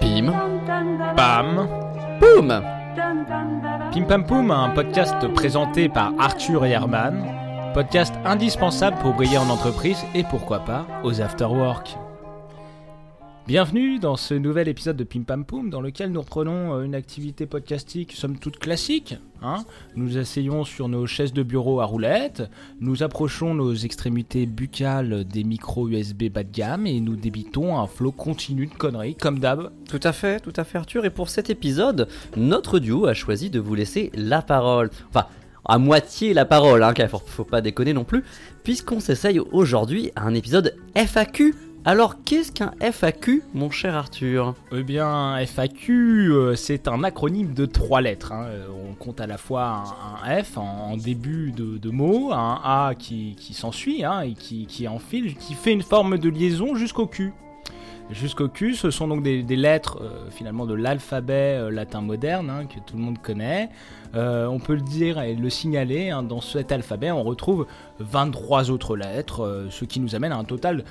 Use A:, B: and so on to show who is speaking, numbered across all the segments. A: Pim,
B: Pam.
A: poum
B: Pim Pam Poum, un podcast présenté par Arthur et Herman. Podcast indispensable pour briller en entreprise et pourquoi pas aux afterwork. Bienvenue dans ce nouvel épisode de Pim Pam Poum dans lequel nous reprenons euh, une activité podcastique somme toute classique. hein. nous asseyons sur nos chaises de bureau à roulettes, nous approchons nos extrémités buccales des micros USB bas de gamme et nous débitons un flot continu de conneries comme d'hab.
C: Tout à fait, tout à fait Arthur. Et pour cet épisode, notre duo a choisi de vous laisser la parole. Enfin, à moitié la parole, hein, car faut, faut pas déconner non plus, puisqu'on s'essaye aujourd'hui à un épisode FAQ. Alors qu'est-ce qu'un FAQ, mon cher Arthur
B: Eh bien, FAQ, euh, c'est un acronyme de trois lettres. hein. Euh, On compte à la fois un, un F en, en début de, de mot, un A qui, qui s'ensuit hein, et qui, qui enfile, qui fait une forme de liaison jusqu'au Q. Jusqu'au Q, ce sont donc des, des lettres euh, finalement de l'alphabet euh, latin moderne hein, que tout le monde connaît. Euh, on peut le dire et le signaler, hein, dans cet alphabet on retrouve 23 autres lettres, euh, ce qui nous amène à un total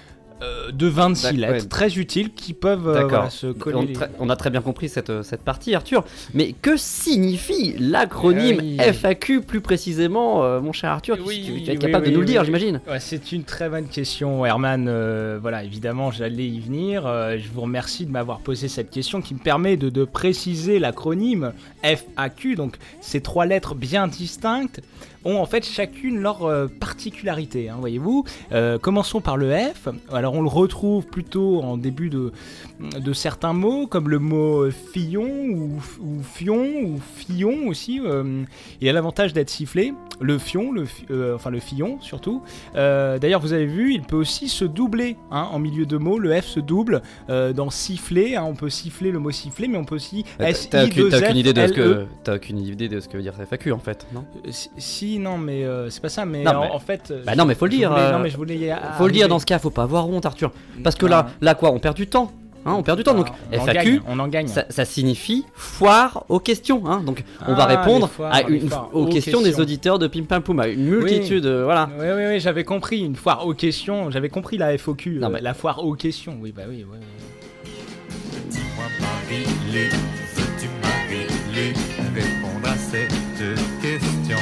B: euh, de 26
C: D'ac-
B: lettres
C: ouais.
B: très utiles qui peuvent euh,
C: D'accord.
B: voilà, se coller.
C: on,
B: les-
C: tra- on a très bien compris cette, euh, cette partie, Arthur. Mais que signifie l'acronyme
B: Eh oui.
C: FAQ plus précisément, euh, mon cher Arthur
B: Oui,
C: Tu, tu vas être
B: oui,
C: capable
B: oui,
C: de nous le
B: oui,
C: dire,
B: oui.
C: j'imagine.
B: Ouais, c'est une très bonne question, Herman. Euh, voilà, évidemment, j'allais y venir. Euh, je vous remercie de m'avoir posé cette question qui me permet de, de préciser l'acronyme FAQ. Donc, ces trois lettres bien distinctes ont en fait chacune leur euh, particularité, hein, voyez-vous. Euh, commençons par le F. Alors, on le retrouve plutôt en début de, de certains mots, comme le mot euh, fillon ou, ou fion ou fillon aussi. euh, il a l'avantage d'être sifflé. Le fion, le, fi- euh, enfin le fillon surtout. Euh, D'ailleurs, vous avez vu, il peut aussi se doubler hein, en milieu de mots. Le F se double euh, dans siffler. hein, on peut siffler le mot siffler, mais on peut aussi. S
C: T'as
B: I
C: aucune, t'as aucune idée de ce
B: L E.
C: que t'as aucune idée de ce que veut dire FAQ en fait, non
B: Euh, Si, si, non, mais euh, c'est pas ça. Mais,
C: Non,
B: en,
C: mais-
B: en fait. euh,
C: Bah non, mais faut le
B: je
C: dire,
B: voulais-
C: euh,
B: non, mais je voulais y a-
C: Faut le dire
B: arriver.
C: dans ce cas, faut pas avoir honte, Arthur. Parce que là,
B: Non.
C: là quoi, on perd du temps. Hein, on perd du temps. Donc
B: Bah, on en gagne,
C: FAQ,
B: on en gagne.
C: ça, ça signifie foire aux questions. hein. Donc on va
B: Ah, les
C: répondre
B: foires,
C: à
B: les
C: une,
B: foires
C: aux,
B: aux
C: questions, des
B: questions.
C: auditeurs de Pim Pam Poum, à une multitude. euh, voilà.
B: Oui, oui, oui, j'avais compris une foire aux questions, j'avais compris la FOQ,
C: Non,
B: euh,
C: mais-
B: la foire aux questions, oui, bah oui, oui. oui.
D: Moi Marie-Lou, si tu Marie-Lou, répondre à cette question.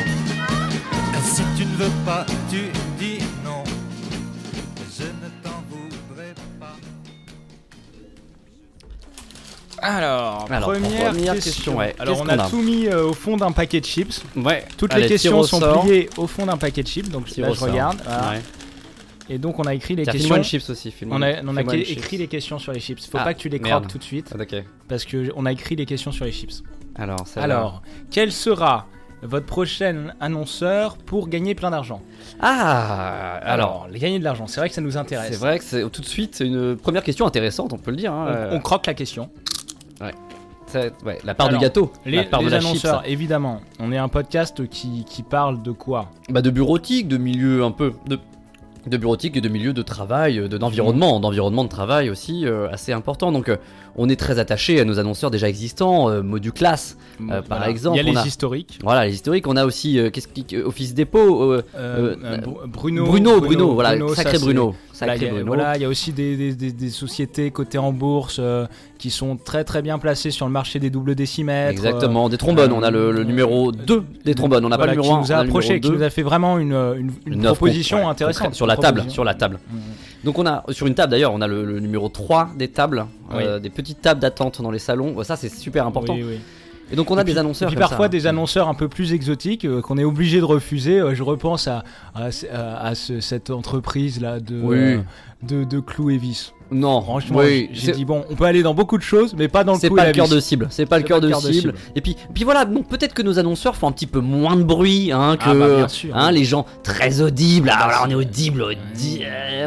D: Si tu ne veux pas, tu dis non. Je ne t'en voudrais pas.
B: Alors,
C: Alors,
B: première,
C: première
B: question.
C: question, ouais. Qu'est-ce
B: Alors, on a,
C: qu'on a
B: tout mis euh, au fond d'un paquet de chips.
C: Ouais.
B: Toutes
C: Allez,
B: les
C: tire
B: questions
C: au
B: sont
C: sort,
B: pliées au fond d'un paquet de chips. Donc
C: tire
B: là,
C: au
B: je
C: sort.
B: regarde. voilà.
C: Ouais.
B: Et donc, on a écrit les
C: Tiens,
B: questions.
C: File-moi une chips aussi. file-moi
B: On a,
C: une-
B: on a
C: file-moi une
B: écrit
C: chips.
B: les questions sur les chips. Faut
C: Ah,
B: pas que tu les
C: merde.
B: croques tout de suite
C: Ah, ok.
B: parce que je- on a écrit les questions sur les chips.
C: Alors, celle-là.
B: Alors, quel sera votre prochain annonceur pour gagner plein d'argent
C: Ah, alors.
B: Alors, gagner de l'argent, c'est vrai que ça nous intéresse.
C: C'est vrai que c'est tout de suite une première question intéressante, on peut le dire.
B: On,
C: hein, euh,
B: on croque la question.
C: ça- ouais, la part
B: Alors,
C: du gâteau,
B: Les,
C: la part
B: les
C: de la chips.
B: annonceurs, évidemment. On est un podcast qui, qui parle de quoi
C: bah, de bureautique, de milieu un peu de, de bureautique et de milieu de travail, euh, de
B: Mmh.
C: d'environnement, d'environnement de travail aussi euh, assez important. Donc euh, on est très attaché à nos annonceurs déjà existants, euh, Moduclass, Euh, par exemple,
B: il y a
C: on
B: les
C: a-
B: historiques.
C: voilà les historiques. On a aussi euh, qu'est-ce qui- Office Dépôt, euh,
B: Euh,
C: euh,
B: Bru-
C: Bruno,
B: Bruno,
C: Bruno, voilà
B: Bruno,
C: sacré
B: ça, c'est-
C: Bruno,
B: Voilà, il
C: sacré
B: y a-
C: Bruno.
B: voilà, il y a aussi des, des- des- des sociétés cotées en bourse euh, qui sont très très bien placées sur le marché des doubles décimètres.
C: Exactement, des trombones, on a le, le
B: euh,
C: numéro 2 des trombones, on n'a pas le
B: qui
C: numéro 1,
B: nous a approché, qui nous a fait vraiment une, une- une
C: Une offre
B: proposition
C: concrète,
B: intéressante.
C: sur la
B: une
C: table,
B: proposition.
C: sur la table.
B: Mhm.
C: Donc on a sur une table d'ailleurs, on a le, le numéro 3 des tables, euh, des petites tables d'attente dans les salons. Ça c'est super important.
B: Oui, oui.
C: Et donc on a
B: Et puis-
C: des annonceurs.
B: Et puis
C: comme ça,
B: parfois
C: hein.
B: des annonceurs un peu plus exotiques euh, qu'on est obligé de refuser. Euh, je repense à, à, ce- à- à ce- cette entreprise là de,
C: Oui.
B: euh, de, de Clou et Vis.
C: Non,
B: Franchement,
C: oui,
B: j'ai
C: c'est-
B: dit bon, on peut aller dans beaucoup de choses, mais pas dans le
C: c'est
B: Clou
C: pas
B: et
C: le
B: la
C: cœur
B: Vis.
C: de cible, c'est pas le cœur de, cible. Et puis, puis voilà, donc peut-être que nos annonceurs font un petit peu moins de bruit hein, que
B: Ah bah, bien sûr.
C: hein, les gens très audibles. Ah,
B: Ah,
C: voilà, on
B: c'est-
C: est audible,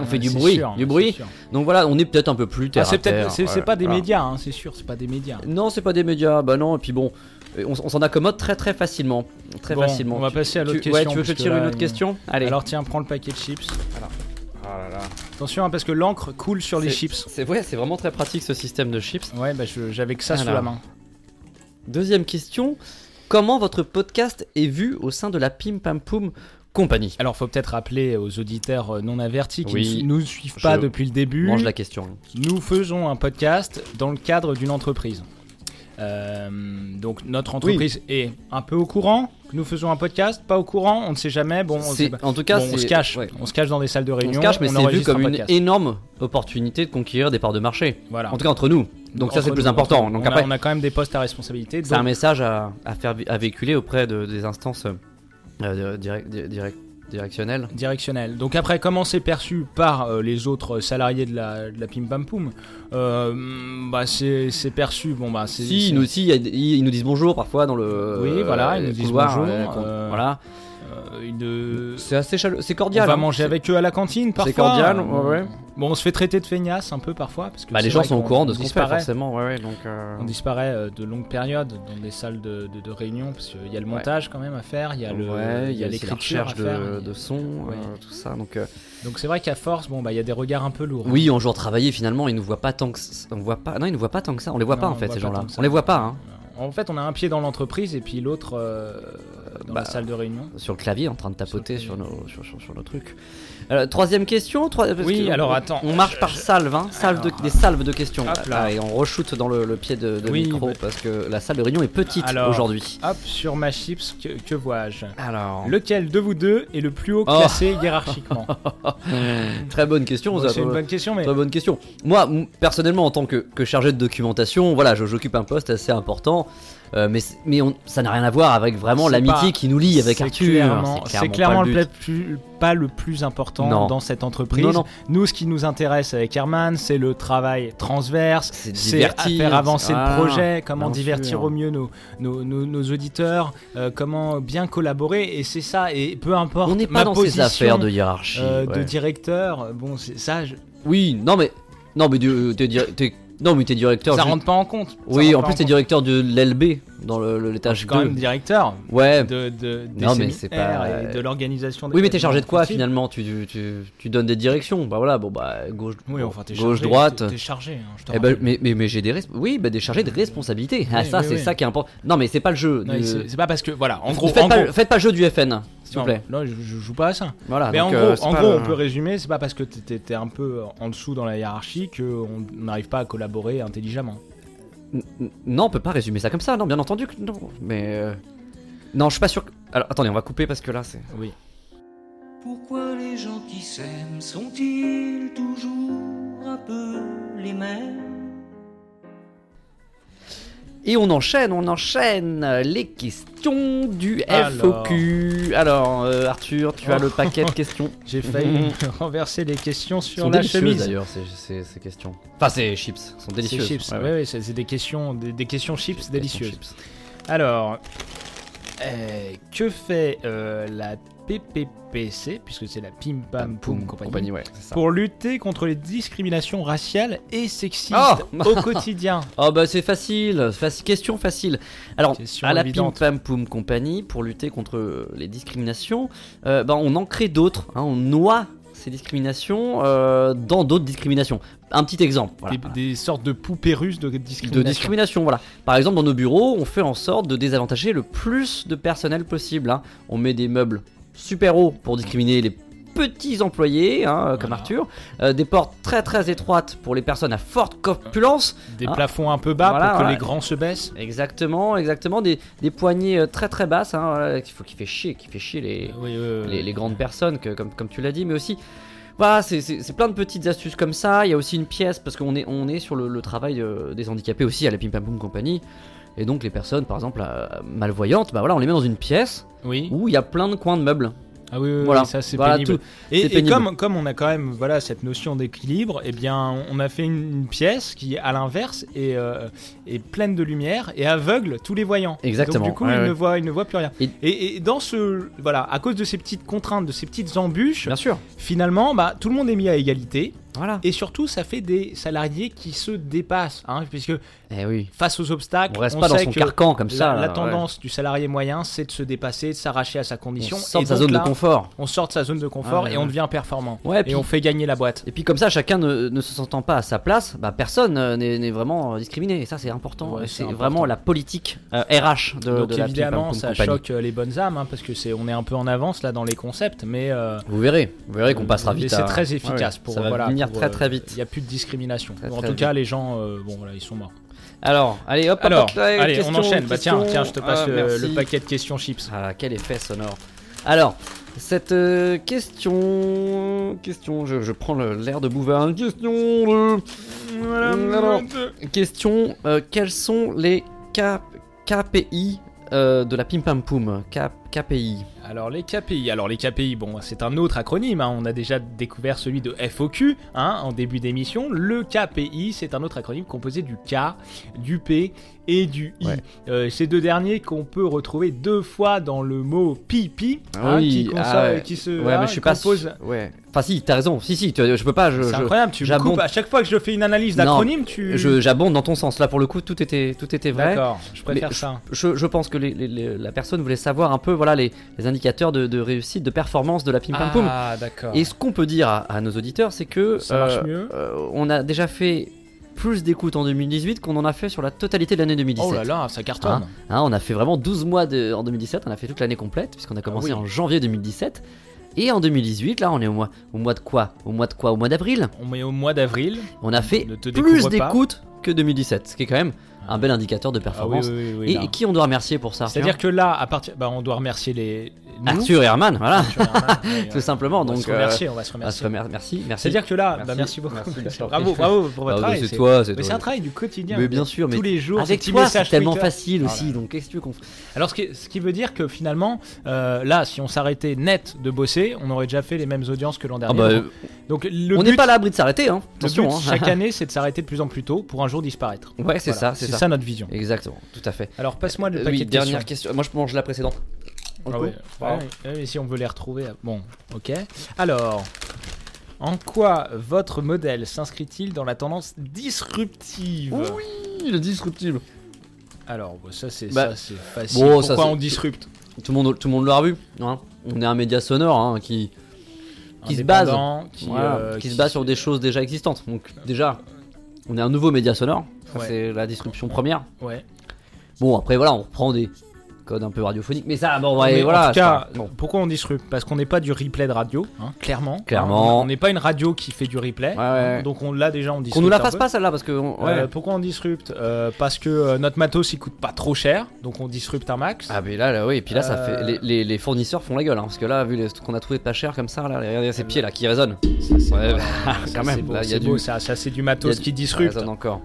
C: on fait du
B: Ah, C'est
C: bruit,
B: sûr,
C: du
B: c'est
C: bruit.
B: sûr.
C: Donc voilà, on est peut-être un peu plus terre
B: Ah, c'est
C: à terre,
B: peut-être, c'est, c'est
C: ouais,
B: pas des
C: voilà.
B: médias, hein, c'est sûr, c'est pas des médias.
C: Non, c'est pas des médias. Bah non, et puis bon, on, on s'en accommode très très facilement, très
B: Bon,
C: facilement.
B: on va
C: Tu-
B: passer à l'autre
C: tu-
B: question,
C: Ouais, tu veux que je
B: parce que
C: tire
B: là,
C: une autre
B: il-
C: question Allez.
B: Alors tiens, prends le paquet de chips.
C: Oh là là.
B: Attention, hein, parce que l'encre coule sur les
C: C'est-
B: chips.
C: C'est ouais, c'est vraiment très pratique ce système de chips.
B: Ouais, bah je- j'avais que ça sous
C: Alors.
B: la main.
C: Deuxième question. Comment votre podcast est vu au sein de la Pim Pam Poum compagnie.
B: Alors, faut peut-être rappeler aux auditeurs euh, non avertis qui
C: Oui.
B: ne nous suivent pas
C: Je
B: depuis le début.
C: Mange la question.
B: Nous faisons un podcast dans le cadre d'une entreprise. Euh, donc notre entreprise est un peu au courant. Nous faisons un podcast, pas au courant, on ne sait jamais. Bon, on,
C: C'est-
B: sait pas.
C: En tout cas,
B: Bon, on
C: c'est-
B: se cache,
C: ouais.
B: on se cache dans des salles de
C: On
B: réunion.
C: se cache, mais c'est vu
B: enregistre
C: comme
B: un
C: une
B: podcast.
C: énorme opportunité de conquérir des parts de marché.
B: Voilà.
C: En tout cas, entre nous. Donc ça,
B: Entre
C: c'est le plus
B: nous,
C: important.
B: entre nous.
C: Donc
B: on,
C: après,
B: a, on a quand même des postes à responsabilité.
C: c'est un
B: donc-
C: message à, à faire vi- à véhiculer auprès de- des instances euh, de- direct- di- direct- directionnelles.
B: directionnel. Donc après, comment c'est perçu par euh, les autres salariés de la, de la Pim Pam Poum Euh, mm, bah, c'est, c'est perçu, bon bah c'est...
C: Si,
B: c'est-
C: ils nous, si, il y a des- ils nous disent bonjour parfois dans le
B: Oui, voilà, ils nous disent
C: couloir,
B: bonjour,
C: con-
B: euh,
C: voilà.
B: euh, une, euh,
C: C'est assez chaleureux, c'est
B: on
C: cordial.
B: va
C: hein.
B: manger avec eux à la cantine parfois.
C: C'est cordial,
B: Euh,
C: ouais, ouais.
B: Bon, on se fait traiter de feignasse un peu parfois. Parce que
C: Bah,
B: c'est
C: les gens
B: vrai
C: sont au
B: qu'on-
C: courant de
B: on
C: ce qu'on fait,
B: disparaît.
C: forcément. Ouais, ouais, donc, euh,
B: On disparaît euh, de longues périodes dans des salles de, de, de réunion parce qu'il y a le montage quand même à faire, il y a, le,
C: ouais,
B: il y a
C: aussi la
B: l'écriture à
C: recherche
B: faire.
C: de, de son,
B: Ouais.
C: euh, tout ça. Donc, euh,
B: Donc c'est vrai qu'à force, bon bah il y a des regards un peu lourds.
C: oui, en jour travaillé, finalement, ils nous voient pas tant que ça. On voit pas. Non, ils nous voient pas tant que ça. On les voit
B: Non,
C: pas
B: on
C: en fait,
B: voit
C: ces
B: pas
C: gens-là.
B: tant que ça.
C: On les voit pas. hein.
B: Euh, En fait, on a un pied dans l'entreprise et puis l'autre euh, dans
C: Bah,
B: la salle de réunion.
C: Sur le clavier, en train de tapoter sur
B: Sur le
C: nos, sur, sur- sur nos trucs. Alors, troisième question. trois- parce
B: Oui,
C: que-
B: alors, attends,
C: On marche
B: je-
C: par salve, hein, salve de-
B: Alors,
C: des salves de questions.
B: hop là.
C: Ah, et on re-shoot dans le, le pied de, de
B: Oui,
C: micro
B: bah-
C: parce que la salle de réunion est petite
B: Alors.
C: aujourd'hui.
B: Hop, sur ma chips, que, que vois-je
C: Alors,
B: Lequel de vous deux est le plus haut
C: Ah. Oh.
B: classé hiérarchiquement
C: très bonne question.
B: Bon,
C: ça-
B: C'est une bonne question, mais
C: Très bonne question. Moi, m- personnellement, en tant que, que chargé de documentation, voilà, je- j'occupe un poste assez important, euh, mais, c'est- mais on- ça n'a rien à voir avec vraiment
B: C'est
C: l'amitié
B: pas-
C: qui nous lie avec
B: c'est
C: Arthur.
B: clairement- C'est clairement,
C: pas
B: le
C: le but.
B: pla- plus- pas le plus important
C: Non.
B: dans cette entreprise.
C: Non, non.
B: Nous, ce qui nous intéresse avec Herman, c'est le travail transverse,
C: C'est de
B: c'est à
C: divertir,
B: faire avancer
C: ah,
B: le projet, comment
C: bien
B: divertir
C: sûr.
B: au mieux nos, nos, nos- nos auditeurs, euh, comment bien collaborer, et c'est ça. Et peu importe
C: On n'est
B: ma
C: pas dans ces
B: position
C: affaires de hiérarchie.
B: euh, de
C: ouais.
B: directeur, euh, bon, c'est ça, je-
C: Oui, non mais, non mais du- t'es dir- t'es- non mais t'es directeur.
B: ça
C: ju-
B: rentre pas en compte. Ça
C: Oui,
B: rentre
C: en
B: pas
C: plus t'es
B: compte.
C: directeur de l'LB dans le- le-
B: Je suis
C: l'étage
B: quand même
C: 2.
B: directeur
C: Ouais.
B: de, de- des
C: Non, mais c'est
B: séminaires
C: pas-
B: et de l'organisation. des-
C: Oui, mais t'es chargé de quoi
B: des-
C: finalement tu, tu- tu- tu donnes des directions. Bah voilà, bon bah gauche,
B: Oui, enfin, t'es
C: gauche,
B: chargé,
C: droite.
B: t'es- T'es chargé. hein, je te
C: Eh ben,
B: rappelle.
C: mais mais, mais j'ai des res- oui bah, des chargés de responsabilité. Ah,
B: Oui,
C: ça
B: oui,
C: c'est
B: oui.
C: ça qui est important. Non mais c'est pas le jeu.
B: Non,
C: de-
B: c'est c'est pas parce que voilà. En gros,
C: faites,
B: en
C: pas,
B: gros-
C: faites pas le jeu du FN s'il vous
B: Non,
C: plaît.
B: non, je, je joue pas à ça.
C: Voilà.
B: mais en
C: donc,
B: gros,
C: euh, c'est
B: en
C: pas
B: gros,
C: le-
B: on peut résumer. C'est pas parce que t'es- t'es t'es un peu en dessous dans la hiérarchie que on n'arrive pas à collaborer intelligemment.
C: N- n- Non on peut pas résumer ça comme ça. Non bien entendu que non. Mais euh, non je suis pas sûr. que- Alors attendez on va couper parce que là c'est.
B: Oui.
E: Pourquoi les gens qui s'aiment sont-ils toujours un peu les mêmes
C: Et on enchaîne, on enchaîne euh, les questions du
B: Alors.
C: FOQ. Alors, euh, Arthur, tu as le paquet de questions.
B: J'ai failli renverser les questions
C: Elles
B: sur
C: sont
B: la
C: délicieuses,
B: chemise.
C: d'ailleurs, ces, ces- ces questions. Enfin, ces chips sont
B: C'est
C: délicieuses.
B: chips.
C: Ouais,
B: Ouais,
C: ouais.
B: ouais, c'est c'est des questions, des, des questions chips
C: Elles sont
B: délicieuses.
C: chips.
B: Alors, euh, que fait euh, la PPPC, puisque c'est la Pim Pam Poum Compagnie,
C: ouais, c'est ça.
B: pour lutter contre les discriminations raciales et sexistes
C: Oh
B: au quotidien
C: Oh bah c'est facile, faci- question facile. Alors
B: Question
C: à la Pim
B: évidente.
C: Pam Poum Compagnie, pour lutter contre euh, les discriminations, euh, bah, on en crée d'autres, hein, on noie ces discriminations euh, dans d'autres discriminations. Un petit exemple. Voilà.
B: des, des sortes de poupées russes de
C: de
B: discrimination.
C: discrimination. Voilà. Par exemple, dans nos bureaux, on fait en sorte de désavantager le plus de personnel possible. hein. On met des meubles super hauts pour discriminer les petits employés, hein, euh, comme
B: Voilà.
C: Arthur, euh, des portes très très étroites pour les personnes à forte corpulence.
B: Des
C: Ah.
B: plafonds un peu bas
C: Voilà,
B: pour que
C: voilà.
B: les grands se baissent.
C: Exactement, exactement, des, des poignées euh, très très basses. Hein, voilà, qu'il faut qui fait chier, qui fait chier les,
B: Oui, euh, oui, oui.
C: les, les grandes personnes, que, comme, comme tu l'as dit, mais aussi. Voilà, c'est- c'est c'est plein de petites astuces comme ça. Il y a aussi une pièce, parce qu'on est, on est sur le, le travail euh, des handicapés aussi à la Pim Pam Poum Company. Et donc, les personnes, par exemple, euh, malvoyantes, bah voilà, on les met dans une pièce
B: Oui.
C: où il y a plein de coins de meubles.
B: Ah oui, oui, oui,
C: voilà.
B: ça c'est
C: Voilà
B: pénible.
C: tout.
B: Et,
C: C'est
B: et
C: pénible.
B: comme, comme on a quand même voilà, cette notion d'équilibre, eh bien, on a fait une, une pièce qui, à l'inverse, est, euh, est pleine de lumière et aveugle tous les voyants.
C: Exactement,
B: Donc, du coup,
C: ouais,
B: ils,
C: ouais.
B: Ne voient, ils ne voient plus rien.
C: Et-
B: Et, et dans ce. Voilà, à cause de ces petites contraintes, de ces petites embûches,
C: Bien sûr.
B: finalement, bah, tout le monde est mis à égalité.
C: Voilà.
B: Et surtout, ça fait des salariés qui se dépassent, hein, puisque
C: Eh oui.
B: face aux obstacles,
C: On reste pas dans
B: sait
C: son
B: que
C: carcan comme
B: la,
C: ça.
B: la
C: là, ouais.
B: tendance du salarié moyen, c'est de se dépasser, de s'arracher à sa condition.
C: On sort de
B: et
C: sa
B: donc
C: zone
B: là,
C: de confort.
B: On sort de sa zone de confort
C: Ah,
B: et
C: ouais.
B: on devient performant.
C: Ouais,
B: et
C: puis-
B: on fait gagner la boîte.
C: Et puis comme ça, chacun ne, ne se sentant pas à sa place, bah, personne euh, n'est n'est vraiment euh, discriminé. Et ça, c'est important.
B: Ouais,
C: Et
B: c'est
C: c'est
B: important.
C: vraiment la politique euh, RH de,
B: Donc
C: de la hein,
B: évidemment,
C: People
B: ça
C: Company.
B: choque euh, les bonnes âmes, hein, parce que c'est, on est un peu en avance là dans les concepts, mais euh,
C: Vous verrez, vous verrez qu'on passera
B: mais
C: vite.
B: c'est
C: à-
B: très efficace
C: Ouais,
B: pour
C: ça va
B: voilà,
C: venir
B: pour,
C: très
B: euh,
C: très vite.
B: Il n'y a plus de discrimination.
C: Très,
B: en
C: très
B: tout cas, les gens, euh, bon, voilà, ils sont morts.
C: Alors, allez hop. hop,
B: Alors,
C: hop, là,
B: allez,
C: question,
B: on enchaîne. Bah, tiens,
C: question.
B: tiens, je te passe
C: Ah,
B: euh, le
C: merci.
B: paquet de questions chips.
C: Ah, quel effet sonore. Alors, cette euh, question. Question. Je, je prends le- l'air de Bouvard. Question. de- Hmm, Alors, question. euh, quels sont les K- KPI euh, de la Pim Pam Poum K- KPI.
B: Alors les KPI, alors les KPI, bon, c'est un autre acronyme. hein. On a déjà découvert celui de FOQ hein, en début d'émission. Le KPI, c'est un autre acronyme composé du K, du P et du I.
C: Ouais.
B: Euh, ces deux derniers qu'on peut retrouver deux fois dans le mot pipi, hein,
C: Oui,
B: qui, conso-
C: ah ouais.
B: qui se
C: Ouais,
B: hein,
C: mais je suis pas.
B: compose-
C: su- Ouais. Enfin, si, t'as raison. Si, si, tu- je peux pas. Je,
B: C'est
C: je-
B: incroyable, tu me
C: j'abonde.
B: coupes à chaque fois que je fais une analyse
C: Non,
B: d'acronyme, tu.
C: je- j'abonde dans ton sens. Là, pour le coup, tout était, tout était vrai.
B: D'accord, je préfère
C: Mais
B: ça.
C: Je, je pense que les- les- les- la personne voulait savoir un peu voilà, les, les indicateurs de, de réussite, de performance de la Pim Pam Poum.
B: Ah, d'accord.
C: Et ce qu'on peut dire à, à nos auditeurs, c'est que
B: Ça marche
C: euh,
B: mieux.
C: euh, on a déjà fait plus d'écoutes en 2018 qu'on en a fait sur la totalité de l'année 2017.
B: Oh là là, ça cartonne.
C: Hein, on a fait vraiment 12 mois de- en 2017, on a fait toute l'année complète, puisqu'on a commencé
B: Ah oui.
C: en janvier 2017. Et en 2018, là, on est au mois, au mois de quoi Au mois de quoi Au mois d'avril
B: On est au mois d'avril.
C: On a fait
B: Ne te
C: plus
B: découvre pas.
C: d'écoutes que 2017, ce qui est quand même un bel indicateur de
B: Ah oui,
C: performance.
B: oui, oui, oui,
C: Et-
B: là.
C: et, qui on doit remercier pour ça
B: C'est-à-dire que là, à partir, bah, on doit remercier les nous.
C: Arthur et Herman, voilà.
B: Arthur et Herman, oui,
C: Tout
B: euh,
C: simplement,
B: On va
C: donc,
B: se remercier, on va se
C: Ah, se
B: remercier.
C: remer- Merci, merci.
B: C'est-à-dire que là, bah,
C: Merci.
B: merci, beaucoup.
C: Merci d'avoir
B: bravo,
C: fait.
B: bravo pour
C: Ah,
B: votre
C: bah,
B: travail.
C: c'est toi, c'est
B: Mais
C: toi.
B: c'est un travail du quotidien.
C: Mais bien sûr, mais
B: Tous les jours,
C: avec
B: ces petits
C: toi, c'est
B: messages
C: tellement
B: Twitter.
C: facile
B: Voilà.
C: aussi. Donc, qu'est-ce que tu qu'on fait
B: Alors, ce qui, ce qui veut dire que finalement, euh, là, si on s'arrêtait net de bosser, on aurait déjà fait les mêmes audiences que l'an dernier.
C: bah,
B: donc, donc, le
C: On n'est
B: but,
C: pas à l'abri de s'arrêter, hein.
B: le
C: Attention,
B: but,
C: hein.
B: chaque année, c'est de s'arrêter de plus en plus tôt pour un jour disparaître.
C: Ouais, c'est ça,
B: Voilà.
C: c'est
B: ça.
C: ça.
B: notre vision.
C: Exactement, tout à fait.
B: Alors, passe-moi le
C: Euh,
B: paquet
C: oui,
B: de
C: dernière
B: questions.
C: question. Moi, je mange la précédente.
B: Ah
C: Encore
B: ouais,
C: Pardon.
B: ouais, ouais, mais si on veut les retrouver, ah, bon, ok. Alors, en quoi votre modèle s'inscrit-il dans la tendance disruptive
C: Oui, le disruptible.
B: Alors, bon, ça c'est
C: Bah,
B: ça, c'est facile.
C: bon, ça,
B: Pourquoi
C: c'est-
B: on disrupte
C: Tout le monde, tout le monde l'a revu. hein. On est un média sonore hein, qui, Qui se base.
B: Indépendant, qui,
C: voilà,
B: euh,
C: qui se base sur des choses déjà existantes. Donc déjà, on est un nouveau média sonore. Ça,
B: Ouais.
C: C'est la disruption première.
B: Ouais.
C: Bon, après voilà, on reprend des codes un peu radiophoniques, mais ça, bon, ouais,
B: Mais
C: voilà.
B: en tout cas,
C: c'est pas- bon.
B: pourquoi on disrupte Parce qu'on n'est pas du replay de radio, hein, clairement.
C: Clairement.
B: On- On n'est pas une radio qui fait du
C: Ouais,
B: replay.
C: ouais.
B: Donc on l'a déjà, on disrupte.
C: Qu'on nous la
B: un
C: fasse
B: peu.
C: pas celle-là parce que on- ouais.
B: Euh, pourquoi on disrupte Euh, Parce que euh, notre matos il coûte pas trop cher, donc on disrupte un max.
C: Ah mais là, là oui, et puis là ça
B: Euh.
C: fait les, les- les fournisseurs font la gueule hein, parce que là vu les- ce qu'on a trouvé de pas cher comme ça là, regardez ces pieds là qui résonnent.
B: Euh, Ça, c'est-
C: Ouais, bah,
B: voilà,
C: Ah, quand
B: ça,
C: même,
B: c'est beau,
C: là, il y a
B: c'est
C: du-
B: beau, ça, ça, c'est du
C: Il y a
B: matos
C: du- Ah,
B: qui
C: ça
B: disrupte.
C: résonne encore.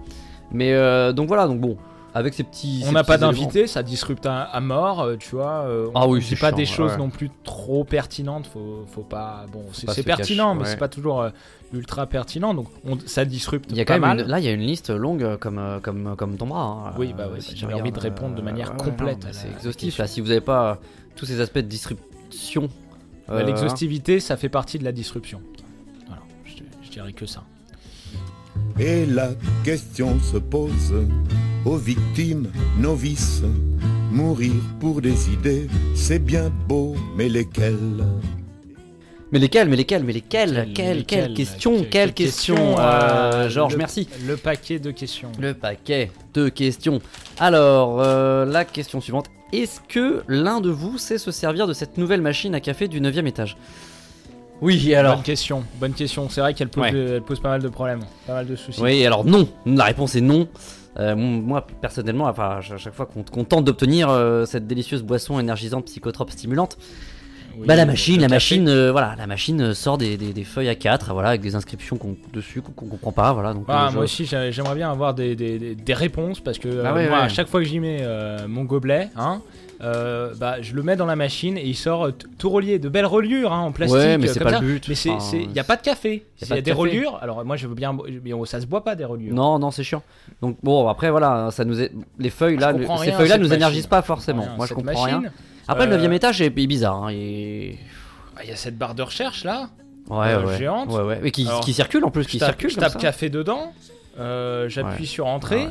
C: Mais euh, donc voilà, donc bon, avec ces petits
B: on n'a pas d'invité, ça disrupte à, à mort, euh, tu vois. euh, on
C: Ah oui,
B: dit
C: c'est
B: pas
C: chiant,
B: des choses
C: ouais.
B: non plus trop pertinentes. Faut, faut pas. Bon, c'est
C: pas
B: c'est
C: se cacher,
B: pertinent, mais
C: ouais.
B: c'est pas toujours euh, ultra pertinent. Donc on- ça disrupte
C: Il y a
B: pas
C: quand même
B: mal.
C: une, là il y a une liste longue euh, comme euh, comme comme ton bras. hein.
B: Oui, bah ouais,
C: si euh, tu
B: bah, j'avais
C: regardes,
B: envie de répondre de manière complète
C: mais
B: à la-
C: C'est
B: à la
C: exhaustif
B: question.
C: là. Si vous n'avez pas euh, tous ces aspects de disruption,
B: Bah,
C: euh,
B: L'exhaustivité, ça fait partie de la disruption. Voilà, je, je dirais que ça.
F: Et la question se pose aux victimes novices. Mourir pour des idées, c'est bien beau, mais lesquelles
C: Mais lesquels, mais lesquels, mais lesquels,
B: Quelle-
C: quelle, quelle
B: quelle-
C: question,
B: quelle-
C: quelle
B: quelle question,
C: question,
B: euh,
C: Georges,
B: le-
C: merci.
B: Le paquet de questions.
C: Le paquet de questions. Alors, euh, la question suivante. Est-ce que l'un de vous sait se servir de cette nouvelle machine à café du 9 étage Oui,
B: Bonne question, bonne question. C'est vrai qu'elle pose,
C: Ouais.
B: de- elle pose pas mal de problèmes, pas mal de soucis.
C: Oui, alors non. La réponse est non. Euh, moi, personnellement, enfin, à chaque fois qu'on qu'on tente d'obtenir euh, cette délicieuse boisson énergisante, psychotrope, stimulante,
B: Oui,
C: bah la
B: le
C: machine, la
B: café.
C: machine, euh, voilà, la machine euh, sort des, des- des feuilles à 4 voilà, avec des inscriptions qu'on- dessus qu'on qu'on comprend pas, voilà. Donc,
B: Ah,
C: euh, je-
B: moi aussi, j'a- j'aimerais bien avoir des, des- des- des réponses parce que euh,
C: Ah ouais,
B: moi,
C: ouais.
B: à chaque fois que j'y mets euh, mon gobelet, hein, euh, bah, je le mets dans la machine et il sort euh, t- tout relié, de belles reliures hein, en plastique.
C: Ouais, mais
B: euh,
C: c'est
B: comme
C: pas
B: ça.
C: le but.
B: Mais c'est-
C: Enfin,
B: c'est- il n'y a pas de café.
C: y a
B: Il y
C: pas
B: a
C: de
B: des
C: café.
B: reliures. Alors, moi, je veux bien. bo- Mais on- ça se boit pas des reliures.
C: Non, non, c'est chiant. Donc bon, après voilà, ça nous est... les feuilles là,
B: Je
C: le-
B: comprends
C: ces
B: rien à
C: feuilles là
B: cette
C: nous énergisent
B: machine.
C: pas
B: Rien,
C: forcément. Moi je
B: Ah, cette
C: comprends rien.
B: machine.
C: Après le
B: Euh,
C: 9 étage est est bizarre. hein, et-
B: bah, Ah, Il y a cette barre de recherche là.
C: Ouais,
B: euh,
C: ouais.
B: géante.
C: Ouais, ouais. Mais qui,
B: Alors,
C: qui circule en plus, qui
B: je tape,
C: circule
B: je
C: comme
B: tape
C: ça.
B: café dedans, euh, j'appuie
C: Ouais.
B: sur entrée,
C: Ah ouais.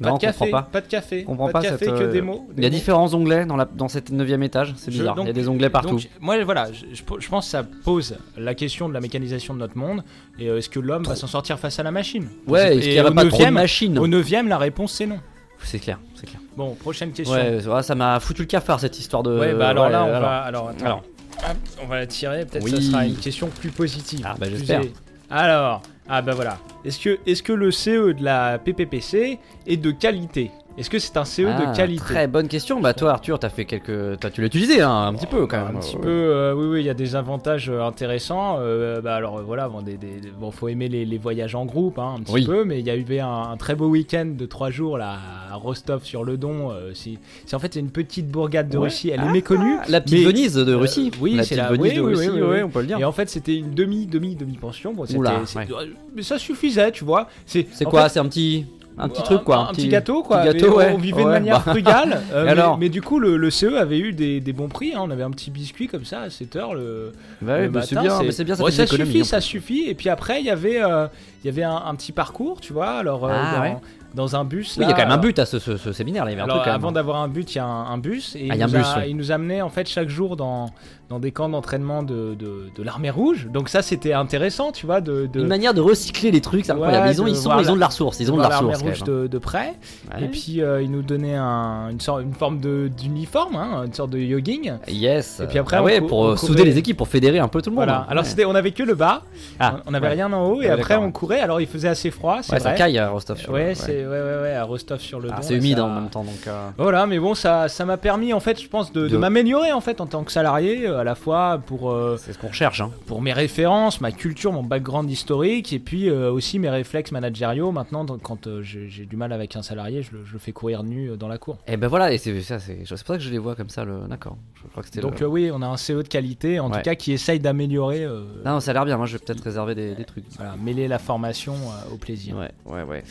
B: pas,
C: Non, on
B: de café,
C: comprend pas.
B: de café,
C: comprend
B: pas
C: pas
B: de café,
C: cette,
B: que
C: euh,
B: des mots.
C: Il
B: des
C: y a
B: mots.
C: différents onglets dans, la, dans cette 9 étage, c'est
B: Je-
C: bizarre.
B: donc-
C: Il y a des onglets partout.
B: Donc, moi, voilà, je, je je pense que ça pose la question de la mécanisation de notre monde. Et euh, est-ce que l'homme va s'en sortir face à la machine
C: ouais,
B: Et
C: est-ce qu'il n'y
B: au
C: aurait pas trop de
B: neuvième-
C: machines
B: Au neuvième, la réponse c'est non.
C: C'est clair, c'est clair.
B: Bon, prochaine question.
C: Ouais, ouais, ça m'a foutu le cafard cette histoire de.
B: Ouais, bah alors
C: ouais,
B: là, on va. Alors, attends.
C: alors.
B: Hop, on va la tirer, peut-être
C: Oui.
B: ça sera une question plus positive.
C: Ah, bah,
B: plus
C: j'espère.
B: aisée. Alors, ah bah voilà. Est-ce que, est que le CE de la PPPC est de qualité Est-ce que c'est un CE
C: Ah,
B: de qualité
C: Très bonne question. Bah toi, Arthur, t'as fait quelques, t'as- tu l'as utilisé hein, un petit peu quand même.
B: Un petit
C: Ouais.
B: peu, euh, oui, oui, il y a des avantages euh, intéressants. Euh, bah alors euh, voilà, bon, des, des- des- bon, faut aimer les, les voyages en groupe, hein, un petit
C: Oui.
B: peu, mais il y a eu un, un très beau week-end de trois jours là à Rostov sur le Don. euh, si, c'est en fait c'est une petite bourgade de
C: Ouais. Ah,
B: Russie, elle est méconnue.
C: La petite
B: mais-
C: Venise de
B: euh,
C: Russie.
B: oui,
C: la
B: c'est
C: petite
B: la-
C: Venise
B: oui,
C: de
B: oui,
C: Russie.
B: oui, oui.
C: ouais, on peut le dire.
B: Et en fait, c'était une demi, demi, demi pension. Bon, c'était-
C: Oula,
B: c'était- euh, mais ça suffisait, tu vois. C'est
C: C'est
B: en
C: quoi
B: fait,
C: C'est un petit, un petit truc quoi.
B: Un, petit gâteau, quoi.
C: petit gâteau,
B: mais
C: ouais.
B: On vivait
C: Ouais,
B: de manière
C: bah.
B: frugale. euh,
C: Et
B: mais,
C: alors
B: mais du coup, le, le CE avait eu des, des bons prix. hein. On avait un petit biscuit comme ça à 7 heures le,
C: Bah
B: le
C: oui, bah, c'est
B: matin.
C: bien, mais c'est bien, ça
B: Ouais,
C: fait hein.
B: ça
C: des économies,
B: suffit,
C: en
B: ça suffit. Et puis après, il y avait, euh, il y avait un, un petit parcours, tu vois. Alors, euh,
C: Ah,
B: dans,
C: ouais.
B: dans un bus.
C: Oui, il y a
B: là,
C: quand même un
B: alors-
C: but à ce, ce- ce séminaire. Là, il y avait un
B: alors,
C: truc quand
B: avant
C: même.
B: d'avoir un but, il y a un, un bus et
C: Ah, il y
B: il,
C: a un
B: nous
C: bus,
B: a-
C: ouais.
B: il nous amenait en fait chaque jour dans, dans des camps d'entraînement de, de, de l'armée rouge. Donc ça, c'était intéressant, tu vois, de, de
C: Une manière de recycler les trucs, c'est
B: Ouais,
C: incroyable. Ils ont,
B: de
C: ils, sont,
B: voir
C: ils ont
B: la-
C: de la ressource, ils ont de
B: voir
C: la
B: l'armée
C: ressource. quand
B: rouge
C: même. hein.
B: de, de près.
C: Ouais.
B: Et puis euh, il nous donnait un- une, sorte, une forme de d'uniforme, hein, une sorte de jogging.
C: Yes.
B: Et puis après,
C: Ah
B: on
C: ouais,
B: cou-
C: pour
B: on
C: euh,
B: courait.
C: souder les équipes, pour fédérer un peu tout le monde.
B: Voilà.
C: hein.
B: Alors
C: Ouais.
B: c'était, on avait que le bas,
C: Ah,
B: on n'avait
C: ouais.
B: rien en haut et
C: Ouais,
B: après
C: d'accord,
B: on
C: ouais.
B: courait. Alors il faisait assez froid, c'est
C: Ouais, ça
B: vrai.
C: caille à Rostov. sur-
B: ouais, c'est ouais, ouais, ouais, à Rostov sur le
C: Ah,
B: Don,
C: c'est
B: là,
C: humide
B: ça-
C: en même temps donc. euh,
B: Voilà, mais bon, ça ça m'a permis en fait, je pense, de, de
C: De-
B: m'améliorer en fait en tant que salarié, euh, à la fois pour euh,
C: C'est ce qu'on recherche. Hein.
B: pour mes références, ma culture, mon background historique, et puis euh, aussi mes réflexes managériaux. Maintenant, donc, quand euh, j'ai j'ai du mal avec un salarié, je le, je le fais courir nu euh, dans la cour.
C: Et ben voilà, et c'est ça, c'est c'est pour ça que je les vois comme ça. Le... D'accord. Je crois que c'était.
B: Donc
C: le...
B: euh, oui, on a un CEO de qualité, en
C: Ouais.
B: tout cas qui essaye d'améliorer, euh,
C: Non, ça a l'air bien. Moi, je vais peut-être réserver des, des trucs.
B: voilà, mêler la formation euh, au plaisir.
C: Ouais, ouais, ouais.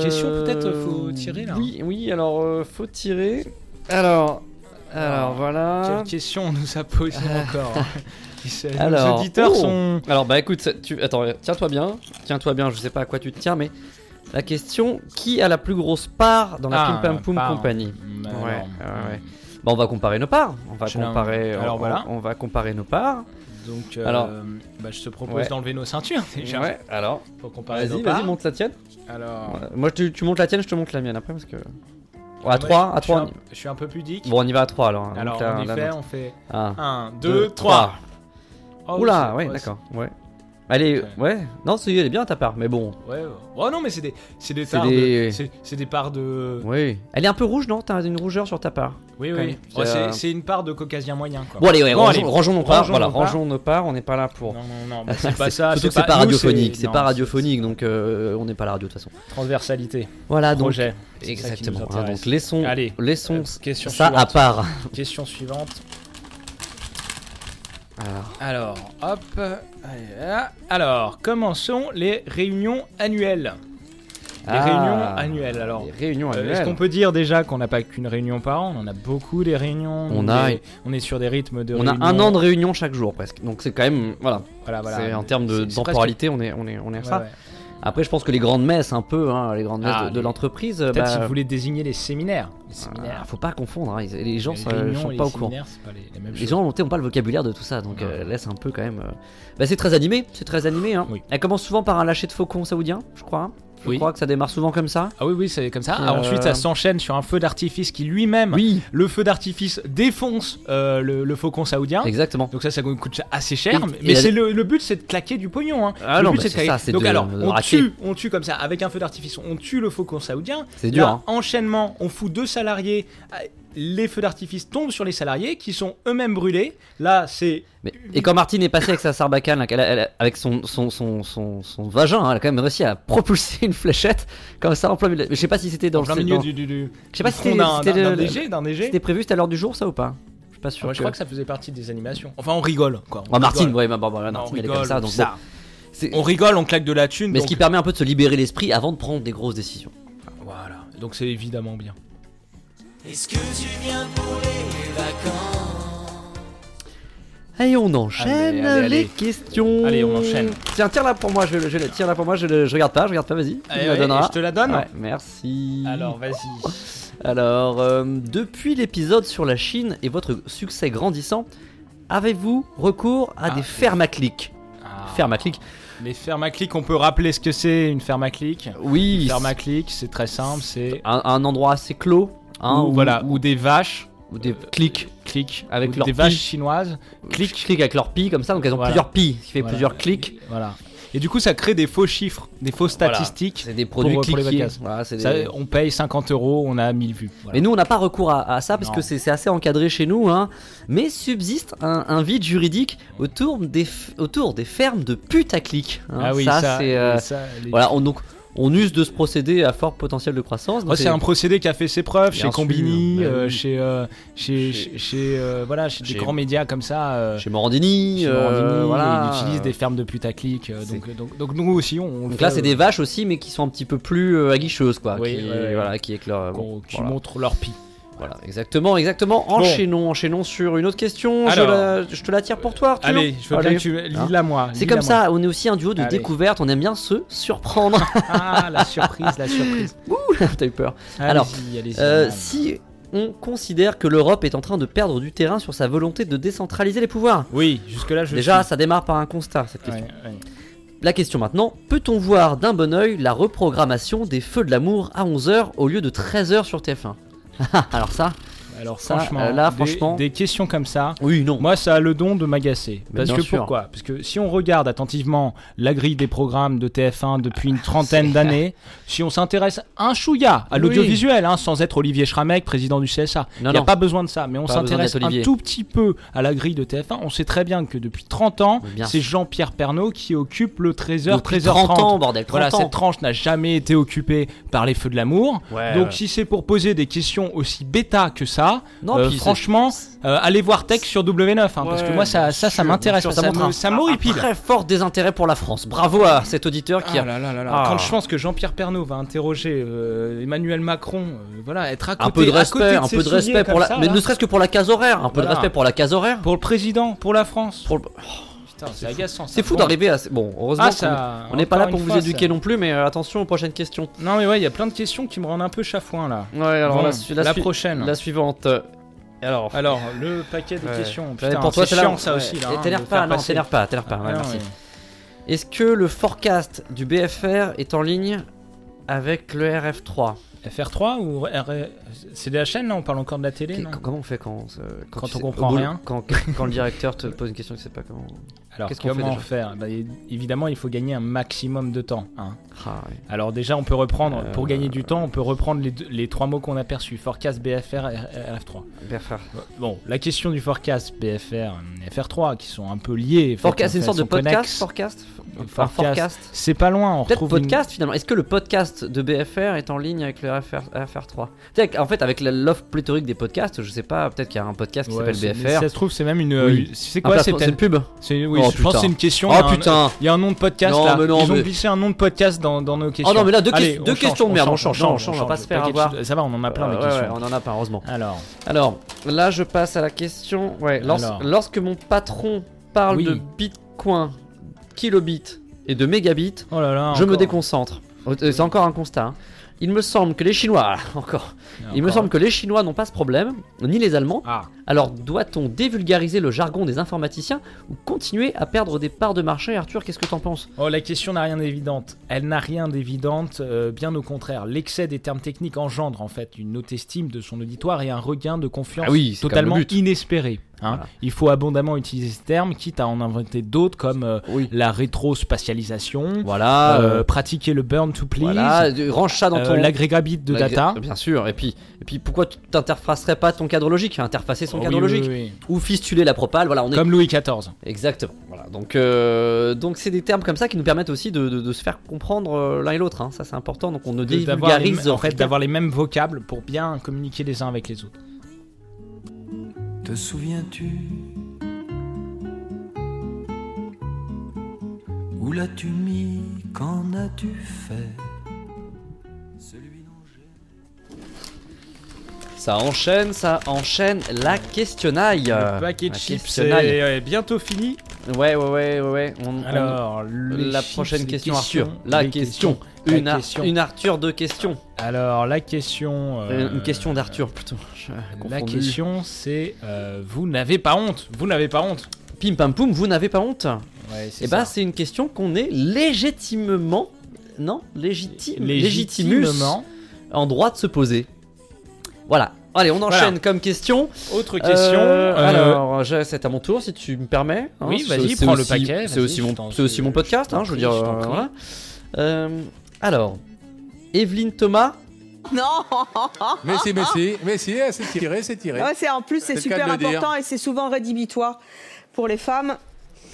B: question, peut-être, faut tirer, là.
C: Euh, Oui, oui. Alors, euh, faut tirer. Alors, alors
B: Alors,
C: voilà.
B: Quelle question on nous a posée encore hein Ils se-
C: Ah. Alors,
B: Nos auditeurs
C: oh.
B: sont...
C: Alors bah écoute, ça- tu... attends, tiens-toi bien, tiens-toi bien, je sais pas à quoi tu te tiens, mais la question, qui a la plus grosse part dans la
B: Ah,
C: Pim Pam Poum
B: pardon.
C: Company
B: Mm,
C: Ouais,
B: alors,
C: ouais, ouais. Bah on va comparer nos parts, on va
B: Je l'ai-
C: comparer,
B: alors
C: on,
B: voilà.
C: on va comparer nos parts.
B: Donc, euh,
C: Alors.
B: bah, je te propose
C: Ouais.
B: d'enlever nos ceintures déjà.
C: Ouais, alors,
B: Pour comparer nos
C: vas-y, vas-y,
B: parts.
C: monte la tienne.
B: Alors,
C: Ouais, Moi tu, tu montes la tienne, je te monte la mienne après parce que... Ouais, à
B: Ah, moi,
C: 3, à
B: je suis
C: 3.
B: un- Je suis un peu pudique.
C: Bon on y va à 3 alors. hein, donc
B: Alors,
C: là-
B: en
C: là,
B: effet,
C: donc-
B: on fait
C: Un,
B: 1,
C: deux,
B: 2, 3. Oh,
C: Oula, ouais, d'accord, ouais. Allez,
B: Ok.
C: ouais, non, c'est- elle est bien ta part, mais bon,
B: Ouais, ouais. Oh non, mais c'est des, c'est des
C: C'est
B: parts
C: des-
B: de. C'est, c'est des parts de.
C: oui. Elle est un peu rouge, non T'as une rougeur sur ta part
B: Oui,
C: Quand même.
B: oui. Oh,
C: C'est,
B: c'est,
C: euh,
B: c'est une part de caucasien moyen, quoi.
C: Bon allez, ouais,
B: Bon,
C: rangeons,
B: allez.
C: rangeons nos parts.
B: Rangeons
C: Voilà,
B: nos parts.
C: rangeons nos parts. On n'est pas là pour.
B: Non, non, non, mais c'est pas ça.
C: Surtout que c'est pas
B: nous,
C: radiophonique. C'est
B: non,
C: pas radiophonique, donc euh, on n'est pas à la radio de toute façon.
B: c'est Transversalité.
C: Voilà, Ah, donc
B: Projet. C'est ça qui
C: exactement.
B: nous
C: hein,
B: intéresse.
C: donc laissons,
B: Allez,
C: laissons
B: euh, question
C: ça à
B: suivante.
C: part.
B: Question suivante.
C: Alors,
B: Alors, hop. allez, voilà. Alors, commençons les réunions annuelles. Les
C: Ah.
B: réunions annuelles. Alors,
C: les réunions
B: Euh,
C: annuelles.
B: Est-ce qu'on peut dire déjà qu'on n'a pas qu'une réunion par an On en a beaucoup des réunions.
C: On
B: des-
C: a-
B: on est sur des rythmes de.
C: On a
B: réunions.
C: un an de réunion chaque jour presque. Donc c'est quand même voilà.
B: Voilà, Ah, voilà.
C: c'est en termes
B: C'est-
C: de
B: c'est
C: temporalité, on est on est on est à
B: presque-
C: ça.
B: ouais, ouais.
C: Après, je pense que les grandes messes un peu, hein, les grandes messes
B: Ah,
C: de, de
B: les-
C: l'entreprise.
B: Peut-être
C: bah,
B: si vous voulez désigner les séminaires. Les
C: ah,
B: séminaires.
C: faut pas confondre. hein, ils- les gens
B: les
C: sont,
B: réunions
C: sont
B: et
C: pas
B: les
C: au courant.
B: séminaires, Ah. c'est pas les, les mêmes
C: Les
B: choses.
C: gens n'ont ont pas le vocabulaire de tout ça, donc euh, laisse un peu quand même. euh. Bah, c'est très animé, c'est très animé. Hein.
B: Oui.
C: Elle commence souvent par un lâcher de faucon saoudien, je crois. hein. Je
B: Oui.
C: crois que ça démarre souvent comme ça.
B: Ah oui, oui, c'est comme ça.
C: Qui,
B: Ah, Ensuite,
C: euh,
B: ça s'enchaîne sur un feu d'artifice qui lui-même,
C: Oui,
B: le feu d'artifice défonce euh, le, le faucon saoudien.
C: exactement.
B: Donc ça, ça coûte assez cher,
C: Et-
B: mais-
C: et
B: mais
C: la-
B: c'est le, le but, c'est de claquer du pognon. Hein.
C: Ah
B: le
C: non,
B: but,
C: bah,
B: de
C: c'est
B: claquer-
C: ça, c'est
B: Donc
C: de-
B: alors,
C: de
B: on
C: raquer.
B: tue, on tue comme ça avec un feu d'artifice. On tue le faucon saoudien.
C: C'est dur,
B: Là,
C: hein.
B: Enchaînement, on fout deux salariés. euh, Les feux d'artifice tombent sur les salariés qui sont eux-mêmes brûlés. Là, c'est
C: Mais- Et quand Martine est passée avec sa sarbacane, là, qu'elle a- elle a- avec son, son, son, son, son vagin, hein, elle a quand même réussi à propulser une fléchette comme ça en plein milieu. Je sais pas si c'était dans
B: en plein
C: le.
B: milieu
C: dans-
B: du, du, du-
C: Je sais pas
B: du
C: si
B: front
C: c'était-
B: d'un
C: c'était
B: d'un-
C: le-
B: d'un DG, d'un DG.
C: C'était prévu, c'était à l'heure du jour, ça ou pas Je suis pas sûr.
B: Ouais, je crois que ça faisait partie des animations. Enfin, on rigole quoi.
C: Oh,
B: On
C: Martine,
B: rigole.
C: ouais, bah, bah, bah,
B: Non, on
C: Martine, elle est
B: rigole,
C: comme ça. Donc, bon,
B: ça.
C: c'est-
B: On rigole, on claque de la thune.
C: Mais ce
B: donc-
C: qui permet un peu de se libérer l'esprit avant de prendre des grosses décisions.
B: Voilà. Donc c'est évidemment bien.
C: Et on enchaîne
B: Allez, allez,
C: les
B: allez.
C: questions.
B: Allez, on enchaîne.
C: Tiens, tire là pour moi, je, je tire là pour moi, je, le- je regarde pas, je regarde pas, vas-y. tu
B: Eh
C: me la
B: ouais,
C: donneras.
B: je te la donne
C: Ouais, merci.
B: Alors vas-y.
C: Alors, euh, depuis l'épisode sur la Chine et votre succès grandissant, avez-vous recours à des fermes à clics
B: Ah.
C: Fermes à clics
B: Les fermes à clic, on peut rappeler ce que c'est une ferme à clic
C: Oui.
B: Une ferme à clic, c'est très simple, c'est
C: Un, un endroit assez clos, hein,
B: ou,
C: où-
B: voilà, ou des vaches
C: où des clics.
B: clic
C: Avec
B: ou
C: leurs
B: des vaches
C: pies.
B: chinoises
C: Clics, clics avec leurs pis comme ça, donc elles ont
B: Voilà.
C: plusieurs pis, ce qui fait
B: Voilà.
C: plusieurs clics.
B: voilà. Et du coup, ça crée des faux chiffres, des fausses
C: Voilà.
B: statistiques.
C: C'est des produits
B: pour les
C: cliqués.
B: podcasts.
C: Voilà, c'est
B: Ça,
C: des-
B: on paye 50 euros, on a 1000 vues. Voilà.
C: Mais nous, on n'a pas recours à, à ça parce
B: Non.
C: que c'est c'est assez encadré chez nous. hein. Mais subsiste un, un vide juridique autour des, f- autour des fermes de putaclic. hein.
B: ah oui,
C: ça,
B: ça,
C: c'est. euh,
B: ça, les-
C: voilà, on, donc, on use de ce procédé à fort potentiel de croissance.
B: Moi,
C: donc
B: Oh, c'est un procédé qui a fait ses preuves
C: Bien
B: chez
C: sûr,
B: Combini,
C: bah
B: euh,
C: oui.
B: chez, euh, chez,
C: Chez-
B: chez, chez, euh, voilà, chez,
C: chez-
B: des grands médias comme ça. euh,
C: Chez Morandini,
B: chez
C: euh,
B: Morandini,
C: voilà.
B: ils utilisent des fermes de putaclic. euh,
C: c'est-
B: donc, donc, donc nous aussi, on, on le
C: Donc là,
B: fait,
C: c'est
B: euh,
C: des vaches aussi, mais qui sont un petit peu plus euh, aguicheuses, quoi.
B: Oui,
C: qui,
B: ouais, ouais.
C: Voilà, qui éclairent. euh,
B: qu'on- qui
C: voilà.
B: montrent leur pie.
C: Voilà, exactement, exactement. Enchaînons, enchaînons sur une autre question. Je
B: Alors.
C: la- je, te la tire pour toi, Arthur.
B: Allez, Hein je veux
C: Allez.
B: bien que tu lis-la moi.
C: C'est
B: lis-la
C: comme
B: moi.
C: ça, on est aussi un duo de
B: Allez.
C: découverte, on aime bien se surprendre.
B: Ah, la surprise, la surprise.
C: T'as eu peur. Alors,
B: Alors, allez-y,
C: Euh,
B: madame.
C: si on considère que l'Europe est en train de perdre du terrain sur sa volonté de décentraliser les pouvoirs.
B: oui, jusque-là, je.
C: Déjà,
B: suis-
C: ça démarre par un constat, cette question.
B: Ouais, ouais.
C: La question maintenant, peut-on voir d'un bon oeil la reprogrammation des Feux de l'amour à 11h au lieu de 13h sur TF1 Alors ça
B: Alors,
C: Ça,
B: franchement,
C: euh, là,
B: des-
C: franchement-
B: des questions comme ça.
C: Oui, non.
B: Moi, ça a le don de m'agacer.
C: Mais
B: Parce
C: bien
B: que
C: sûr.
B: pourquoi Parce que si on regarde attentivement la grille des programmes de TF1 depuis une trentaine d'années, si on s'intéresse un chouïa à
C: Oui.
B: l'audiovisuel, hein, sans être Olivier Schramek, président du CSA, il
C: Non,
B: n'y a
C: non.
B: pas besoin de ça, mais on
C: Pas besoin
B: s'intéresse
C: d'être
B: un
C: Olivier.
B: tout petit peu à la grille de TF1, on sait très bien que depuis 30 ans,
C: Mais bien
B: c'est
C: sûr.
B: Jean-Pierre Pernaud qui occupe le 13h,
C: Depuis
B: 13h30.
C: 30 ans, bordel, 30
B: voilà,
C: ans.
B: cette tranche n'a jamais été occupée par les feux de l'amour.
C: Ouais,
B: Donc
C: ouais.
B: si c'est pour poser des questions aussi bêta que ça,
C: Non,
B: euh,
C: puis c'est-
B: franchement, euh, allez voir Tech sur W9 hein, parce que
C: Ouais,
B: moi ça
C: bien
B: ça, ça
C: sûr,
B: m'intéresse,
C: bien
B: pas,
C: sûr,
B: ça,
C: montre
B: me-
C: un-
B: ça
C: un-
B: m'horripile.
C: Un très fort désintérêt pour la France. Bravo à cet auditeur qui a Ah.
B: Quand je pense que Jean-Pierre Pernaud va interroger euh, Emmanuel Macron, euh, voilà, être à côté,
C: un peu de
B: à côté
C: respect, un
B: ses
C: peu de
B: souliers
C: respect pour
B: comme
C: la,
B: ça,
C: mais
B: là,
C: ne serait-ce que pour la case horaire, un peu de
B: Voilà.
C: respect pour la case horaire.
B: pour le président, pour la France.
C: Pour le- oh,
B: Putain, c'est agaçant. ça.
C: C'est fou
B: Bon.
C: d'arriver à. ce- Bon, heureusement
B: Ah,
C: qu'on-
B: ça-
C: on n'est pas là
B: encore
C: pour
B: une
C: vous
B: fois,
C: éduquer
B: ça.
C: non plus, mais euh, attention aux prochaines questions.
B: Non mais ouais, il y a plein de questions qui me rendent un peu chafouin là.
C: Ouais, alors
B: Bon,
C: la, su- la
B: la
C: su-
B: prochaine. Ah,
C: la suivante. euh, Alors,
B: Alors le paquet de
C: Ouais.
B: questions.
C: Ouais,
B: Putain,
C: pour toi,
B: c'est
C: c'est là-
B: chiant ça
C: ouais.
B: aussi là.
C: Et
B: hein,
C: t'énerve
B: de faire
C: pas, non,
B: passer.
C: t'énerve pas, t'énerve pas.
B: Ah,
C: ouais,
B: non,
C: merci.
B: mais-
C: Est-ce que le forecast du BFR est en ligne avec le RF3
B: FR3 ou R- c'est de la chaîne là On parle encore de la télé
C: Qu-
B: non
C: Comment on fait quand euh,
B: Quand
C: tu
B: on
C: sais-
B: comprend
C: au boulot-
B: rien.
C: Quand, quand le directeur te pose une question que tu sais pas comment.
B: Alors
C: Qu'est-ce qu'on fait
B: comment
C: déjà
B: faire Bah, é- Évidemment, il faut gagner un maximum de temps. hein.
C: Ah, ouais.
B: Alors déjà, on peut reprendre
C: Euh,
B: pour gagner du temps, on peut reprendre les, deux- les trois mots qu'on a perçus forecast, BFR, R- RF3.
C: BFR.
B: Bon, la question du forecast, BFR, FR3, qui sont un peu liés. en fait,
C: Forecast, c'est une
B: elles
C: sorte de
B: sont
C: podcast
B: connexes.
C: Forecast Enfin,
B: Forecast.
C: forecast.
B: C'est pas loin, on
C: Peut-être
B: retrouve une-
C: podcast finalement. Est-ce que le podcast de BFR est en ligne avec le RFR, 3 En fait, avec la- l'offre pléthorique des podcasts, je sais pas, peut-être qu'il y a un podcast qui
B: Ouais, c'est-
C: s'appelle
B: mais
C: BFR.
B: Ça se trouve, c'est même une. euh,
C: Oui.
B: C'est
C: Un
B: quoi C'est
C: plafond- c'est une
B: peut-être.
C: pub
B: c'est- Oui,
C: Oh,
B: je pense que
C: putain.
B: c'est une question.
C: Oh
B: il y a un-
C: putain
B: Il y a un nom de podcast
C: Non,
B: là.
C: mais non,
B: Ils ont
C: mais-
B: glissé un nom de podcast dans, dans nos questions.
C: Oh non, mais là, deux
B: Allez,
C: ques-
B: on
C: deux
B: change,
C: questions de
B: on
C: merde, on
B: change,
C: change, on change, on va pas se faire
B: le paquet de
C: avoir.
B: choses. Ça va, on en a plein
C: Euh,
B: des
C: ouais, ouais,
B: questions.
C: on en a pas, heureusement.
B: Alors,
C: Alors, là, je passe à la question. Ouais, lors-
B: Alors.
C: lorsque mon patron parle
B: Oui.
C: de bitcoin, kilobit et de mégabit,
B: oh là là,
C: Je me
B: encore-
C: déconcentre. Euh, C'est encore un constat. hein. Il me semble que les Chinois, encore. Il me
B: encore-
C: semble que les Chinois n'ont pas ce problème, ni les Allemands.
B: Ah,
C: Alors doit-on dévulgariser le jargon des informaticiens ou continuer à perdre des parts de marché Arthur, qu'est-ce que t'en penses
B: oh, la question n'a rien d'évidente. Elle n'a rien d'évidente, euh, bien au contraire. L'excès des termes techniques engendre en fait une haute estime de son auditoire et un regain de confiance
C: Ah oui, c'est quand
B: totalement
C: même le but.
B: inespéré. hein.
C: Voilà.
B: Il faut abondamment utiliser ce terme, quitte à en inventer d'autres comme euh,
C: Oui.
B: la rétrospatialisation,
C: Voilà.
B: euh,
C: euh,
B: pratiquer le burn to please,
C: voilà, de- range ça dans
B: euh,
C: ton
B: l'agrégabit de
C: l'agré-
B: data.
C: Bien sûr. Et puis, et puis pourquoi tu t'interfacerais pas ton cadre logique Interfacer son
B: Oh, oui,
C: cadre logique.
B: oui, oui, oui.
C: Ou fistuler la propale. Voilà, on est
B: Comme Louis XIV.
C: Exactement. Voilà. Donc, euh, donc c'est des termes comme ça qui nous permettent aussi de, de- de se faire comprendre euh, l'un et l'autre. hein. Ça, c'est important. Donc, on ne
B: de- d'avoir les,
C: dévulgarise
B: en fait d'avoir les mêmes vocables pour bien communiquer les uns avec les autres.
E: Te souviens-tu Où l'as-tu mis Qu'en as-tu fait Celui dont j'ai-
C: Ça enchaîne, ça enchaîne la questionnaille.
B: le paquet de
C: La
B: chips est
C: questionnaille.
B: est bientôt fini.
C: Ouais, ouais, ouais, ouais. ouais. On- on-
B: Alors, les
C: la
B: chips,
C: prochaine
B: les
C: question,
B: questions,
C: Arthur. La
B: les
C: question.
B: questions. La
C: Une, Ar-
B: question.
C: une Arthur, deux questions.
B: Alors, la question.
C: Euh,
B: euh,
C: Une question d'Arthur, plutôt. Je-
B: La
C: confondu.
B: question, c'est euh, vous n'avez pas honte. Vous n'avez pas honte.
C: Pim pam poum, vous n'avez pas honte
B: Ouais, c'est
C: Eh bah,
B: ça.
C: c'est une question qu'on est légitimement. Non Légitime. Légitimus.
B: légitimement.
C: En droit de se poser. Voilà. Allez, on enchaîne
B: Voilà.
C: comme question.
B: Autre question.
C: Euh,
B: euh,
C: Alors, je- c'est à mon tour si tu me permets. hein.
B: Oui,
C: c'est-
B: vas-y,
C: c'est
B: prends le
C: aussi-
B: paquet,
C: C'est
B: vas-y,
C: aussi,
B: je
C: mon,
B: t'en-
C: c'est aussi mon
B: je-
C: podcast,
B: je t'en
C: hein, je veux
B: prie,
C: dire.
B: je t'en
C: euh,
B: prie.
C: voilà. Euh, alors, Evelyne Thomas.
G: Non
H: Mais si, mais si, mais si, eh, c'est tiré, c'est tiré.
G: Ah Ouais, c'est- En plus, c'est
H: C'est le cas
G: super
H: de le dire.
G: important et c'est souvent rédhibitoire pour les femmes.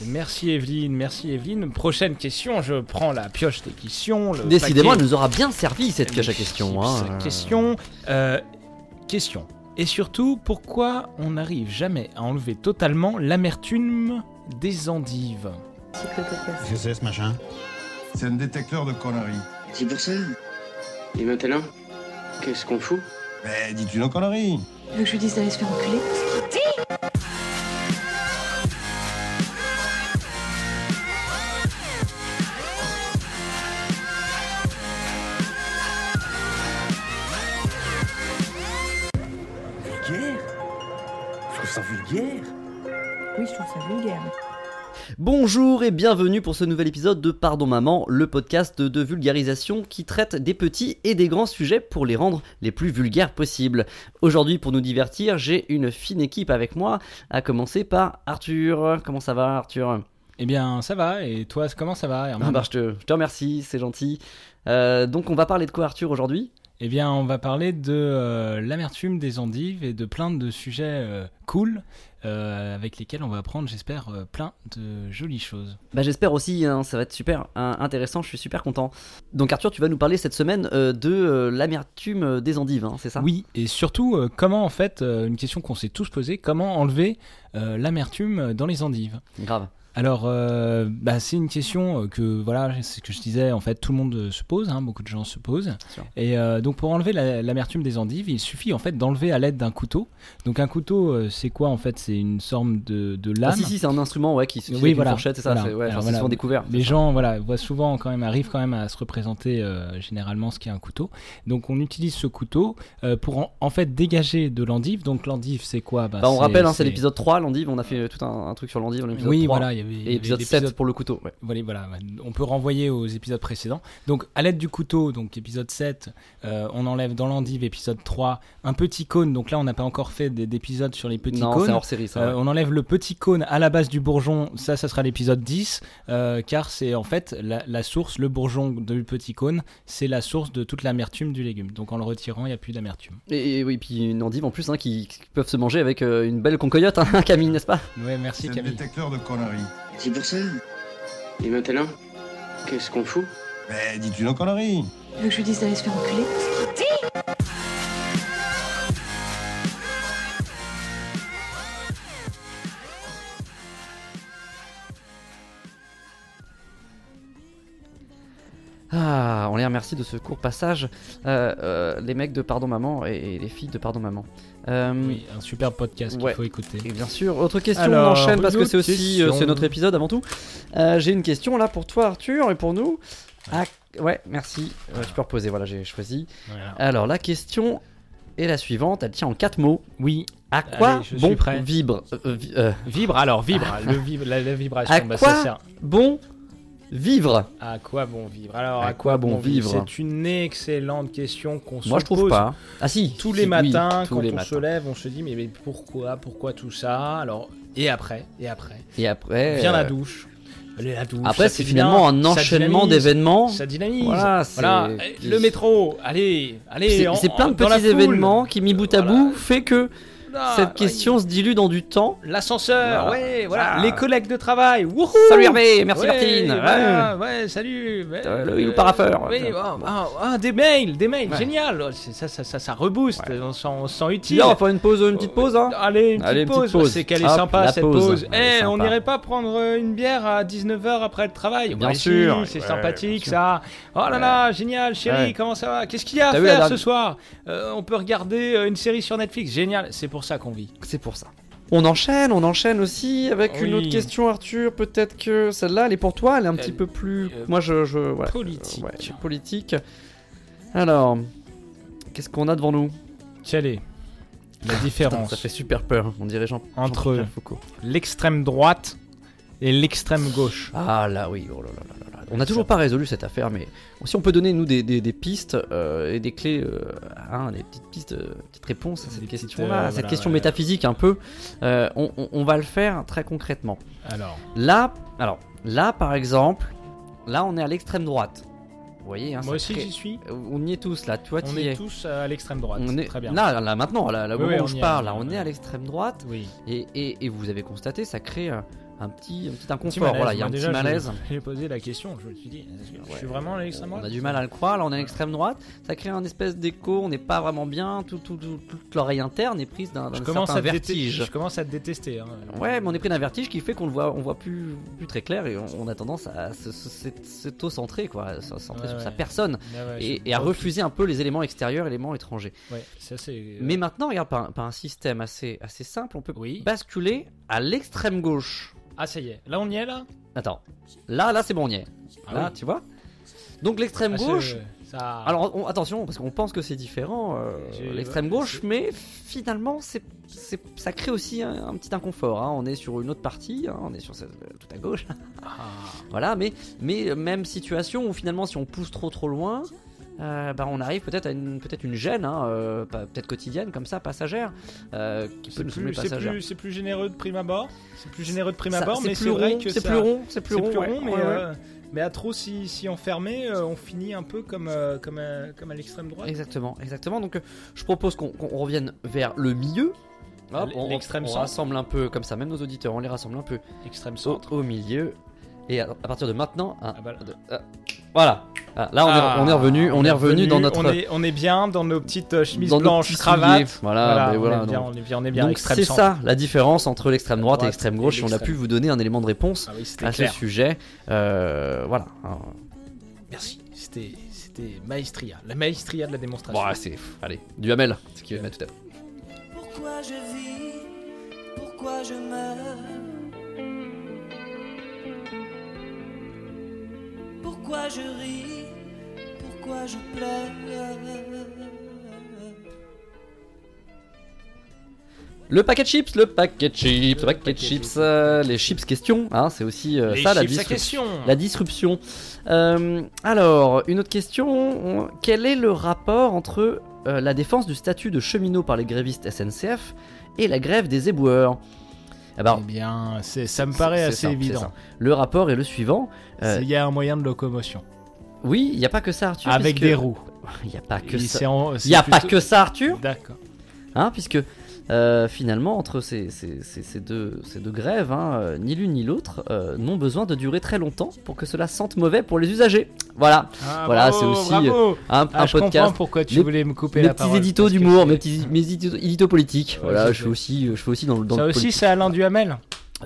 B: Merci Evelyne, merci Evelyne. Prochaine question, je prends la pioche des questions. le
C: Décidément, elle
B: Euh, paquet
C: nous aura bien servi cette
B: des
C: cache à
B: chips,
C: question. hein.
B: cette Question. euh, question. Et surtout, pourquoi on n'arrive jamais à enlever totalement l'amertume des endives
D: Je sais ce machin.
I: C'est un détecteur de conneries.
E: C'est pour ça. Et maintenant, qu'est-ce qu'on fout
I: Mais dis-tu nos conneries
J: Tu veux que je lui dise d'aller se faire enculer Oui, je trouve ça vulgaire.
C: Bonjour et bienvenue pour ce nouvel épisode de Pardon Maman, le podcast de vulgarisation qui traite des petits et des grands sujets pour les rendre les plus vulgaires possibles. Aujourd'hui, pour nous divertir, j'ai une fine équipe avec moi, à commencer par Arthur. Comment ça va, Arthur
B: Eh bien, ça va. Et toi, comment ça va Herman
C: Ah bah, je, te, je te remercie, c'est gentil. Euh, donc, on va parler de quoi, Arthur, aujourd'hui
B: Eh bien, on va parler de euh, l'amertume des endives et de plein de sujets euh, cool euh, avec lesquels on va apprendre, j'espère, euh, plein de jolies choses.
C: bah j'espère aussi, hein, ça va être super hein, intéressant, je suis super content. Donc Arthur, tu vas nous parler cette semaine euh, de euh, l'amertume euh, des endives, hein, c'est ça
B: Oui, et surtout, euh, comment en fait, euh, une question qu'on s'est tous posée, comment enlever euh, l'amertume dans les endives
C: Grave.
B: Alors, euh, bah, c'est une question euh, que voilà, c'est ce que je disais. En fait, tout le monde euh, se pose, hein, beaucoup de gens se posent.
C: Sûr.
B: Et euh, donc, pour enlever la- l'amertume des endives, il suffit en fait d'enlever à l'aide d'un couteau. Donc, un couteau, euh, c'est quoi en fait C'est une sorte de, de
C: Ah,
B: lame.
C: si, si, c'est un instrument ouais, qui se
B: Oui,
C: oui,
B: voilà,
C: une fourchette, c'est ça,
B: voilà.
C: c'est ouais,
B: Alors,
C: enfin, c'est
B: voilà.
C: souvent découvert.
B: Les gens, voilà, voient souvent quand même, arrivent quand même à se représenter euh, généralement ce qu'est un couteau. Donc, on utilise ce couteau euh, pour en, en fait dégager de l'endive. Donc, l'endive, Ah, c'est quoi
C: Bah, on rappelle, hein, c'est l'épisode 3, l'endive, on a fait tout un, un truc sur l'endive, l'épisode
B: Oui,
C: 3,
B: voilà, il y avait, il y
C: et
B: avait
C: épisode
B: l'épisode
C: 7 pour le couteau. ouais.
B: Voilà, voilà, on peut renvoyer aux épisodes précédents. Donc, à l'aide du couteau, donc épisode 7, euh, on enlève dans l'endive, épisode 3, un petit cône. Donc là, on n'a pas encore fait des- d'épisodes sur les petits
C: Non, c'est
B: cônes.
C: hors série ça.
B: Euh,
C: ouais.
B: on enlève le petit cône à la base du bourgeon, ça, ça sera l'épisode 10, euh, car c'est en fait la, la source, le bourgeon du petit cône, c'est la source de toute l'amertume du légume. Donc en le retirant, il n'y a plus d'amertume.
C: Et, et oui, puis une endive en plus hein, qui, qui peuvent se manger avec euh, une belle concoyote, hein, Camille, n'est-ce pas
B: Ouais, merci
I: C'est un
B: Camille.
I: détecteur de conneries.
E: C'est pour ça. Et maintenant, qu'est-ce qu'on fout
I: Mais dis-tu nos conneries
J: Tu veux que je lui dise d'aller se faire enculer
C: Ah, on les remercie de ce court passage, euh, euh, les mecs de Pardon Maman et, et les filles de Pardon Maman. Euh,
B: Oui, un super podcast
C: Ouais.
B: qu'il faut écouter.
C: Et bien sûr, autre question,
B: Alors,
C: on enchaîne parce que
B: une
C: c'est aussi euh,
B: question.
C: c'est notre épisode avant tout. Euh, j'ai une question là pour toi Arthur et pour nous. Ah, ouais, merci. Ouais, tu peux reposer, voilà, j'ai choisi.
B: Voilà.
C: Alors la question est la suivante, elle tient en quatre mots.
B: Oui,
C: À quoi
B: Allez, je suis
C: bon
B: prêt.
C: vibre euh, euh, vi- euh,
B: vibre, alors vibre, le vib- la, la vibration,
C: À
B: bah,
C: quoi
B: ça sert.
C: bon vivre
B: À quoi bon vivre Alors,
C: À quoi bon vivre
B: C'est une excellente question qu'on se
C: Moi je trouve
B: pose
C: pas. Ah si,
B: tous
C: si,
B: les
C: oui,
B: matins
C: tous
B: quand
C: les
B: on se
C: matins.
B: lève, on se dit mais, mais pourquoi, pourquoi tout ça Alors et après, et après,
C: Et après
B: vient la
C: euh,
B: douche. Allez, la douche.
C: Après
B: ça
C: c'est
B: fait
C: finalement
B: bien,
C: un
B: ça
C: enchaînement
B: dynamise,
C: d'événements.
B: Ça dynamise.
C: Voilà,
B: Voilà,
C: c'est-
B: Et le métro. Allez, allez.
C: C'est
B: en-
C: c'est plein
B: en-
C: de
B: dans la
C: petits
B: foule.
C: événements qui mis bout à
B: Voilà. Ah,
C: bout fait que Cette question se dilue dans du temps.
B: L'ascenseur,
C: Voilà.
B: ouais, voilà.
C: Ah.
B: Les collègues de travail, wouhou
C: Salut Hervé, merci
B: Ouais,
C: Martine.
B: voilà, ouais, salut ouais,
C: Euh, le- le paraffeur.
B: oui,
C: Euh,
B: ah,
C: bon.
B: ah, ah, des mails, des mails,
C: Ouais.
B: génial Oh, c'est- Ça, ça, ça, ça rebooste, on sent- on se sent utile.
C: Là, on va faire une pause, une petite
B: Oh,
C: pause. Hein.
B: Allez, une petite
C: Allez, une petite
B: pause,
C: pause.
B: c'est qu'elle est
C: Hop,
B: sympa
C: la
B: cette
C: pause.
B: pause. Eh,
C: Elle est
B: on
C: sympa.
B: n'irait pas prendre euh, une bière à 19h après le travail
C: Bien
B: Ouais, si,
C: sûr.
B: c'est
C: Ouais,
B: sympathique
C: bien sûr.
B: ça. Oh là là, génial, chérie,
C: Ouais.
B: comment ça va Qu'est-ce qu'il y a à
C: T'as vu la
B: faire ce
C: dernière-
B: soir Euh, On peut regarder euh, une série sur Netflix, génial, c'est pour ça qu'on vit.
C: C'est pour ça. On enchaîne, on enchaîne aussi avec une
B: Oui.
C: autre question, Arthur. Peut-être que celle-là, elle est pour toi, elle est un petit
B: Elle-
C: peu plus.
B: euh,
C: Moi, je. je voilà.
B: politique.
C: Euh, ouais, politique. Alors, qu'est-ce qu'on a devant nous
B: Quelle est la
C: Putain,
B: différence
C: Ça fait super peur, on dirait Jean.
B: Entre-
C: Jean-Pierre Foucault.
B: l'extrême droite et l'extrême gauche
C: Ah là, oui, oh là là là là là. On n'a toujours pas résolu cette affaire, mais si on peut donner, nous, des, des- des pistes euh, et des clés, euh, hein, des petites pistes, euh, petites réponses à cette
B: petites,
C: question-là,
B: euh,
C: à cette
B: voilà,
C: question
B: ouais.
C: métaphysique un peu, euh, on- on- on va le faire très concrètement.
B: Alors,
C: Là, alors, là par exemple, là on est à l'extrême droite. Vous voyez, hein,
B: moi
C: ça
B: aussi
C: crée-
B: j'y suis.
C: on y est tous là, toi
B: On
C: tu y
B: est
C: es.
B: tous à l'extrême droite.
C: On est-
B: Très bien.
C: Là, là maintenant, là, là, au
B: Oui,
C: moment
B: oui,
C: où
B: on
C: je
B: y est,
C: parle,
B: on
C: là,
B: y est,
C: on est à
B: ouais.
C: l'extrême droite
B: Oui.
C: et, et- et vous avez constaté, ça crée un, un petit, un petit
B: Petit
C: inconfort.
B: malaise,
C: voilà, il y a
B: moi,
C: un
B: déjà,
C: petit
B: je-
C: malaise.
B: J'ai posé la question, je me suis dit, est-ce que je suis
C: Ouais,
B: vraiment à
C: On,
B: l'extrême droite
C: a du mal à le croire, là on est à l'extrême droite, ça crée un espèce d'écho, on n'est pas vraiment bien, tout, tout- tout- toute l'oreille interne est prise d'un
B: Je
C: d'un
B: commence,
C: certain
B: à détester-
C: vertige.
B: je commence à te détester. hein.
C: Ouais, mais on est pris d'un vertige qui fait qu'on le voit, on voit plus, plus très clair et on, on a tendance à se- se- s'é- s'auto-centrer, quoi, à se centrer
B: Ouais,
C: sur sa
B: ouais.
C: personne
B: Ah ouais,
C: et,
B: je-
C: et à refuser un peu les éléments extérieurs, éléments étrangers.
B: Ouais, ça c'est. euh,
C: Mais Bah. maintenant, regarde, par un, par un système assez, assez simple, on peut
B: Oui.
C: basculer à l'extrême gauche.
B: Ah, ça y est. Là, on y est là
C: Attends, là, là, c'est bon, on y est.
B: Ah
C: là,
B: oui.
C: tu vois Donc l'extrême
B: Ah, c'est-
C: gauche.
B: ça...
C: Ah. Alors on- attention, parce qu'on pense que c'est différent, euh,
B: J'ai-
C: l'extrême
B: ouais,
C: gauche,
B: c'est-
C: mais finalement c'est, c'est- ça crée aussi un, un petit inconfort. hein. On est sur une autre partie, hein, on est sur cette- euh, tout à gauche.
B: Ah.
C: voilà, mais, mais euh, même situation où finalement si on pousse trop trop loin, euh, bah, on arrive peut-être à une, peut-être une gêne, hein, euh, pas- peut-être quotidienne comme ça, passagère, euh, qui peut
B: c'est
C: nous sembler
B: plus, c'est
C: passagère.
B: plus- c'est plus généreux de prime abord. C'est plus généreux de prime
C: Ça-
B: abord, mais
C: plus
B: c'est vrai
C: rond,
B: que
C: c'est
B: ça-
C: plus rond, c'est
B: C'est
C: plus rond, ouais,
B: mais,
C: ouais, ouais.
B: euh, mais à trop si, si enfermé, euh, on finit un peu comme, euh, comme, à, comme à l'extrême droite.
C: Exactement, exactement. Donc euh, je propose qu'on qu'on revienne vers le milieu. Hop,
B: L-
C: on,
B: l'extrême
C: on
B: centre.
C: rassemble un peu comme ça, même nos auditeurs, on les rassemble un peu
B: Extrême
C: au,
B: centre.
C: au milieu. Et à, à partir de maintenant, un,
B: Ah bah là.
C: deux, ah, voilà. Ah, là, on, est, on est revenu, on est revenu dans notre
B: On est, on est bien dans nos petites euh, chemises
C: dans nos
B: blanches,
C: petits
B: cravates.
C: souliers. Voilà, mais voilà,
B: on, est bien,
C: donc-
B: on est bien, on est bien
C: Donc
B: extrême
C: c'est
B: centre.
C: ça la différence entre l'extrême droite,
B: Droite
C: et l'extrême
B: et
C: gauche. Et on a pu
B: l'extrême.
C: vous donner un élément de réponse
B: Ah oui, c'était
C: à ce
B: clair. Bah,
C: sujet. Euh, voilà. Alors,
B: Merci. C'était, c'était maestria, la maestria de la démonstration.
C: bon, c'est allez, du Hamel, ce qui va mettre tout à l'heure.
E: Pourquoi je vis Pourquoi je meurs Pourquoi je ris Pourquoi je pleure
C: Le paquet de chips, le paquet de chips, le paquet de chips, euh, les chips question, hein, c'est aussi euh,
B: Les
C: ça la
B: chips à
C: disruption.
B: question.
C: La disruption. Euh, alors, une autre question. on- Quel est le rapport entre euh, la défense du statut de cheminot par les grévistes SNCF et la grève des éboueurs Eh ben,
B: Eh bien, c'est, ça me
C: c'est-
B: paraît
C: c'est
B: assez
C: simple, c'est
B: évident.
C: simple. Le rapport est le suivant. Euh,
B: C'est- Il y a un moyen de locomotion
C: oui, il n'y a pas que ça, Arthur.
B: avec
C: puisque-
B: des roues.
C: Il n'y a pas que
B: Il
C: ça.
B: s'est en-
C: Il n'y a
B: c'est
C: pas
B: plutôt-
C: que ça, Arthur.
B: D'accord.
C: hein, puisque euh, finalement, entre ces, ces- ces- ces deux, ces deux grèves, hein, euh, ni l'une ni l'autre euh, n'ont besoin de durer très longtemps pour que cela sente mauvais pour les usagers. Voilà,
B: Ah,
C: Voilà,
B: bravo,
C: c'est aussi, euh,
B: bravo.
C: un,
B: Ah,
C: un
B: je comprends
C: podcast.
B: pourquoi tu
C: mes-
B: voulais me couper
C: Mes
B: la
C: petits
B: parole.
C: éditos
B: parce que
C: d'humour,
B: c'est-
C: mes petits mes éditos, éditos politiques.
B: Ouais,
C: voilà,
B: c'est
C: je
B: ça.
C: suis aussi, je suis aussi dans le dans
B: Ça
C: le
B: aussi,
C: politique.
B: c'est Alain Duhamel.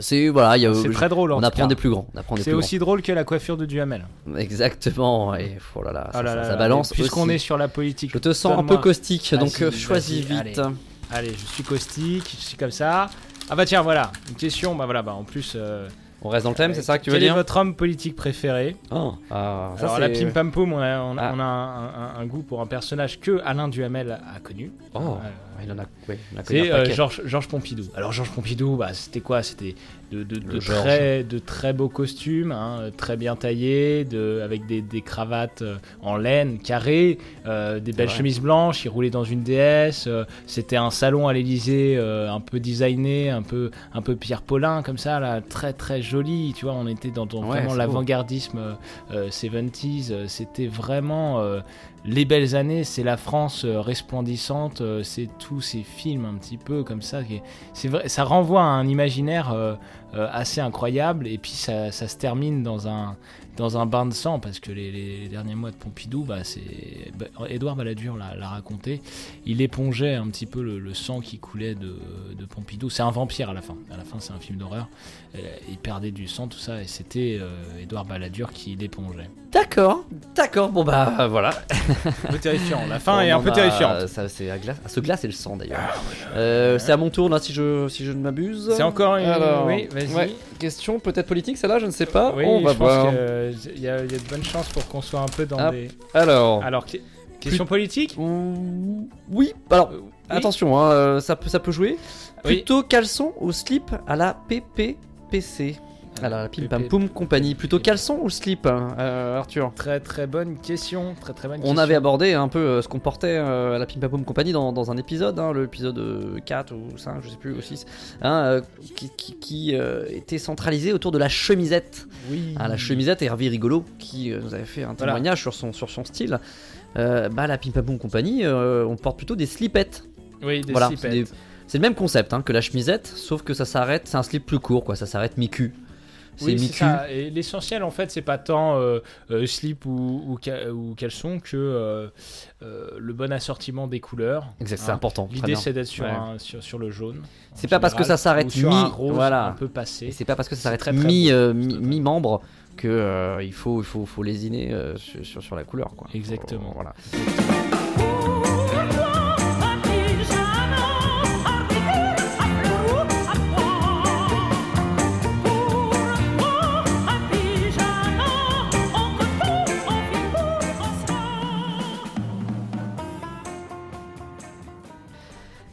C: C'est voilà, il y a-
B: C'est très drôle. en
C: on
B: tout
C: apprend
B: cas.
C: des plus grands, on apprend des
B: C'est
C: plus
B: aussi drôle que la coiffure de Duhamel.
C: grands. Exactement. Et oh là là, ça,
B: Ah là
C: ça-
B: là
C: ça
B: là,
C: balance.
B: mais Puisqu'on
C: aussi.
B: est sur la politique.
C: je te sens un peu
B: donne-moi-
C: caustique, donc
B: Vas-y,
C: euh, choisis
B: vas-y,
C: vite.
B: Allez, je suis caustique, je suis comme ça. Ah bah tiens, voilà, une question. Bah voilà, bah en plus. euh,
C: On reste dans le thème, c'est ça que tu veux
B: quel est
C: dire
B: votre homme politique préféré
C: Oh, ah, ça,
B: Alors la
C: c'est-
B: Pim Pam Poum, on a, on a-
C: Ah.
B: on a un, un- un goût pour un personnage que Alain Duhamel a connu.
C: Oh,
B: Euh,
C: il en a, ouais, il en a connu
B: C'est
C: un
B: euh,
C: paquet.
B: Georges Georges Pompidou. Alors Georges Pompidou, bah, c'était quoi C'était de, de- de
C: Le Georges.
B: très, de très beaux costumes, hein, euh, très bien taillés, de, avec des, des cravates euh, en laine carrées, euh, des belles
C: vrai.
B: chemises blanches, il roulait dans une déesse. euh, c'était un salon à l'Elysée un peu designé, un peu, un peu Pierre Paulin comme ça, là, très très joli. Tu vois, on était dans, dans
C: Ouais,
B: vraiment
C: c'est beau.
B: l'avant-gardisme euh, euh, 70s. euh, C'était vraiment... euh, les belles années, c'est la France euh, resplendissante, euh, c'est tous ces films un petit peu comme ça. qui- C'est vrai, ça renvoie à un imaginaire euh, euh, assez incroyable et puis ça, ça se termine dans un, dans un bain de sang parce que les, les derniers mois de Pompidou, bah, c'est bah, Édouard Balladur l'a l'a raconté, il épongeait un petit peu le, le sang qui coulait de, de Pompidou. C'est un vampire à la fin. À la fin, c'est un film d'horreur. Euh, il perdait du sang, tout ça, et c'était euh, Édouard Balladur qui l'épongeait.
C: D'accord, d'accord, bon bah voilà.
B: Un peu terrifiant, la fin
C: On
B: est un
C: en
B: peu Ah,
C: a-
B: terrifiante.
C: Ça, c'est à, glace, à se glacer le sang d'ailleurs. Euh, c'est à mon tour là si je, si je ne m'abuse.
B: C'est encore une-
C: Alors,
B: oui, vas-y.
C: ouais, question peut-être politique celle-là, je ne sais pas.
B: Oui,
C: On va
B: je
C: voir.
B: pense qu'il y, a il y a de bonnes chances pour qu'on soit un peu dans
C: Ah,
B: des.
C: Alors.
B: Alors, que- question politique
C: Ouh, Oui, alors attention, hein, euh, ça, peut, ça peut jouer.
B: Oui.
C: Plutôt caleçon ou slip à la PPPC à la Pim Pam
B: PP.
C: Poum Compagnie. Plutôt caleçon ou slip, hein, euh, Arthur
B: Très très bonne question. Très très bonne
C: on
B: question.
C: avait abordé un peu euh, ce qu'on portait euh, à la Pimpapoum Company dans, dans un épisode, hein, l'épisode euh, 4 ou 5, je sais plus, ou 6, hein, euh, qui, qui- qui, euh, était centralisé autour de la chemisette.
B: Oui.
C: Ah, la chemisette et Hervé Rigolo qui euh, nous avait fait un
B: Mmh. Voilà.
C: témoignage sur, son, sur son style. Euh, bah, la Pimpapoum Company, euh, on porte plutôt des slipettes.
B: Oui, des
C: Voilà,
B: slipettes.
C: c'est des- C'est le même concept hein, que la chemisette, sauf que ça s'arrête, c'est un slip plus court, quoi, ça s'arrête mi-cul. C'est
B: Oui,
C: mi-cul.
B: ça. Et l'essentiel, en fait, c'est pas tant euh, euh, slip ou, ou, ca- ou caleçon que euh, euh, le bon assortiment des couleurs.
C: Exact, c'est
B: Hein.
C: important. très
B: L'idée,
C: bien.
B: c'est d'être sur,
C: Ouais.
B: un- sur, sur le jaune. en
C: C'est pas parce que
B: général,
C: ça s'arrête
B: ou sur
C: mi-
B: un rose
C: voilà.
B: un peu passé.
C: Et c'est pas parce que ça
B: C'est
C: s'arrête
B: très, très
C: mi,
B: beau.
C: euh, mi, membre que euh, il faut il faut faut lésiner euh, sur, sur- sur la couleur quoi.
B: Exactement.
C: Voilà.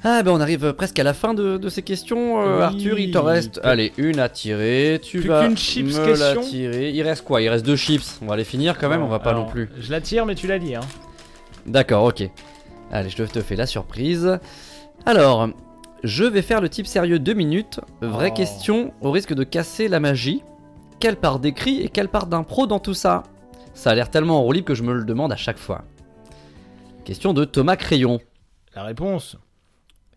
C: Ah ben on arrive presque à la fin de, de ces questions euh,
B: Oui.
C: Arthur, il te reste
B: Plus-
C: allez une à tirer, tu
B: plus
C: vas
B: qu'une chips
C: me la
B: question.
C: tirer. Il reste quoi Il reste deux chips. On va les finir quand même, on va pas
B: Alors,
C: non plus.
B: Je la tire, mais tu la lis. Hein.
C: D'accord, OK. Allez, je te fais la surprise. Alors, je vais faire le type sérieux deux minutes. Vraie
B: Oh.
C: question, au risque de casser la magie. Quelle part d'écrit et quelle part d'impro dans tout ça Ça a l'air tellement en roue libre que je me le demande à chaque fois. Question de Thomas Crayon.
B: La réponse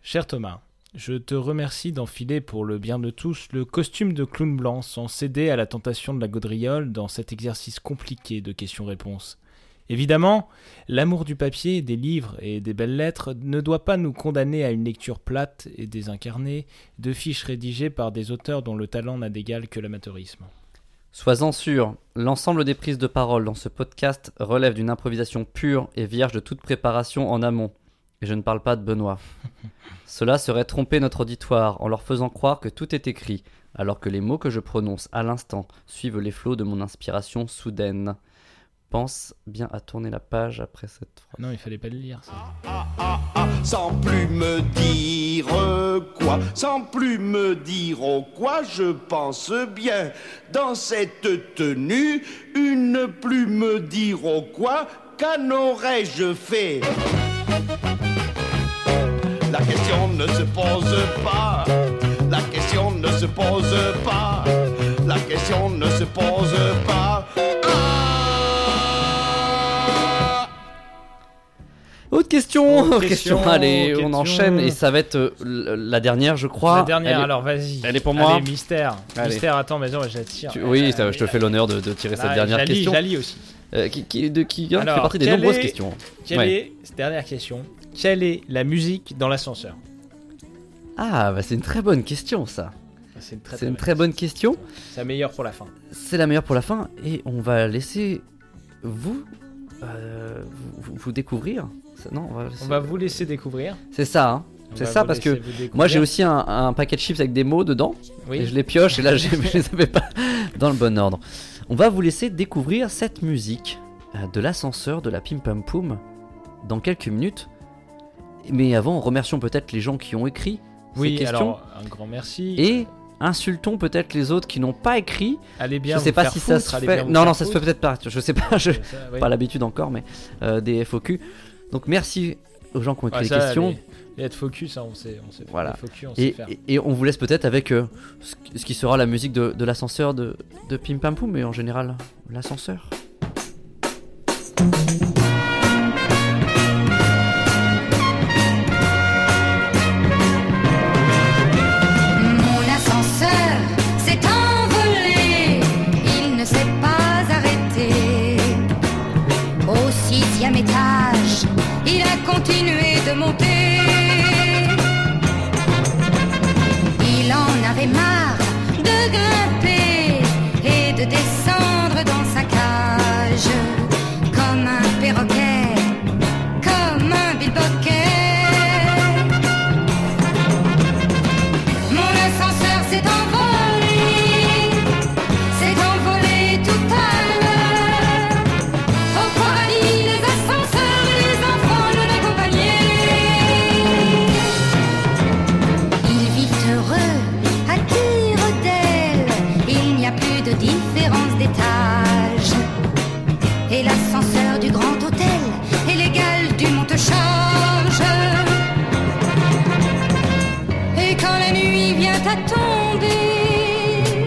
B: Cher Thomas, je te remercie d'enfiler pour le bien de tous le costume de clown blanc sans céder à la tentation de la gaudriole dans cet exercice compliqué de questions-réponses. Évidemment, l'amour du papier, des livres et des belles lettres ne doit pas nous condamner à une lecture plate et désincarnée de fiches rédigées par des auteurs dont le talent n'a d'égal que l'amateurisme. Oh
C: Sois-en sûr, l'ensemble des prises de parole dans ce podcast relève d'une improvisation pure et vierge de toute préparation en amont. Et je ne parle pas de Benoît. Cela serait tromper notre auditoire en leur faisant croire que tout est écrit, alors que les mots que je prononce à l'instant suivent les flots de mon inspiration soudaine. Pense bien à tourner la page après cette phrase.
B: Non, il fallait pas le lire, ça.
K: Sans plus me dire quoi, sans plus me dire au quoi, je pense bien. Dans cette tenue, une plus me dire au quoi, qu'en aurais-je fait La question ne se pose pas, la question ne se pose pas, la question ne se pose pas.
C: Autre question
B: Autre
C: question,
B: question,
C: Allez, on
B: question.
C: enchaîne et ça va être euh, l- la dernière, je crois.
B: la dernière,
C: Elle est-
B: alors vas-y.
C: elle est pour moi.
B: Allez, mystère.
C: Allez.
B: Mystère, attends, mais non, je la tire.
C: Tu- oui, ça- je te fais l'honneur de, de tirer
B: Là,
C: cette dernière
B: je la lis,
C: question.
B: Je la lis aussi.
C: Euh, qui, qui- de, qui hein,
B: Alors,
C: fait partie des
B: quelle
C: nombreuses
B: est-
C: questions.
B: Quelle
C: Ouais.
B: est, cette dernière question, quelle est la musique dans l'ascenseur
C: Ah, bah, c'est une très bonne question ça.
B: Ah, C'est une très,
C: C'est
B: très
C: une
B: bonne-
C: très bonne question.
B: C'est la meilleure pour la fin.
C: C'est la meilleure pour la fin et on va laisser vous euh, vous, vous- vous découvrir. Ça- Non, on va laisser-
B: On va vous laisser découvrir.
C: c'est ça. hein.
B: On
C: C'est
B: va
C: ça
B: vous
C: parce que
B: laisser vous découvrir.
C: moi j'ai aussi un, un paquet de chips avec des mots dedans
B: Oui.
C: et je les pioche et là j'ai- je les avais pas dans le bon ordre. On va vous laisser découvrir cette musique euh, de l'ascenseur de la Pim Pam Poum dans quelques minutes. Mais avant, remercions peut-être les gens qui ont écrit ces
B: Oui,
C: questions.
B: alors un grand merci.
C: et insultons peut-être les autres qui n'ont pas écrit.
B: allez bien.
C: je sais
B: vous
C: pas
B: faire
C: si ça
B: foutre,
C: se
B: allez
C: fait.
B: bien vous
C: Non,
B: faire
C: non, ça se fait
B: foutre.
C: peut-être pas. Je sais pas, je
B: Ça, oui.
C: pas l'habitude encore, mais euh, des FOQ. Donc merci aux gens qui ont écrit
B: Ah,
C: les
B: ça,
C: questions.
B: les- Les être focus, hein, on sait, on sait
C: Voilà.
B: les focus, on sait
C: Et,
B: faire.
C: et- et on vous laisse peut-être avec euh, ce qui- ce qui sera la musique de, de l'ascenseur de, de Pim Pam Poum, mais en général, l'ascenseur.
L: continuait de monter. Il en avait marre de grimper et de descendre dans sa cage comme un perroquet, comme un bilboquet. Mon ascenseur s'est envolé, s'est envolé tout à l'heure. Au paradis, les ascenseurs, les enfants l'ont accompagné. Il vit heureux, à tire d'elle. Il n'y a plus de différence d'étage. Et l'ascenseur du grand hôtel est l'égal du monte-charge. Et quand la nuit vient à tomber,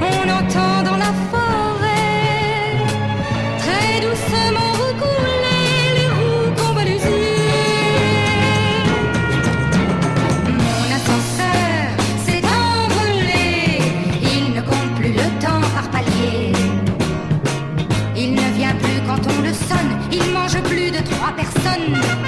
L: on entend dans la forêt très doucement recouler les roues convoluées. Mon ascenseur s'est envolé, il ne compte plus le temps par palier. Il ne vient plus quand on le sonne, il mange plus de trois personnes.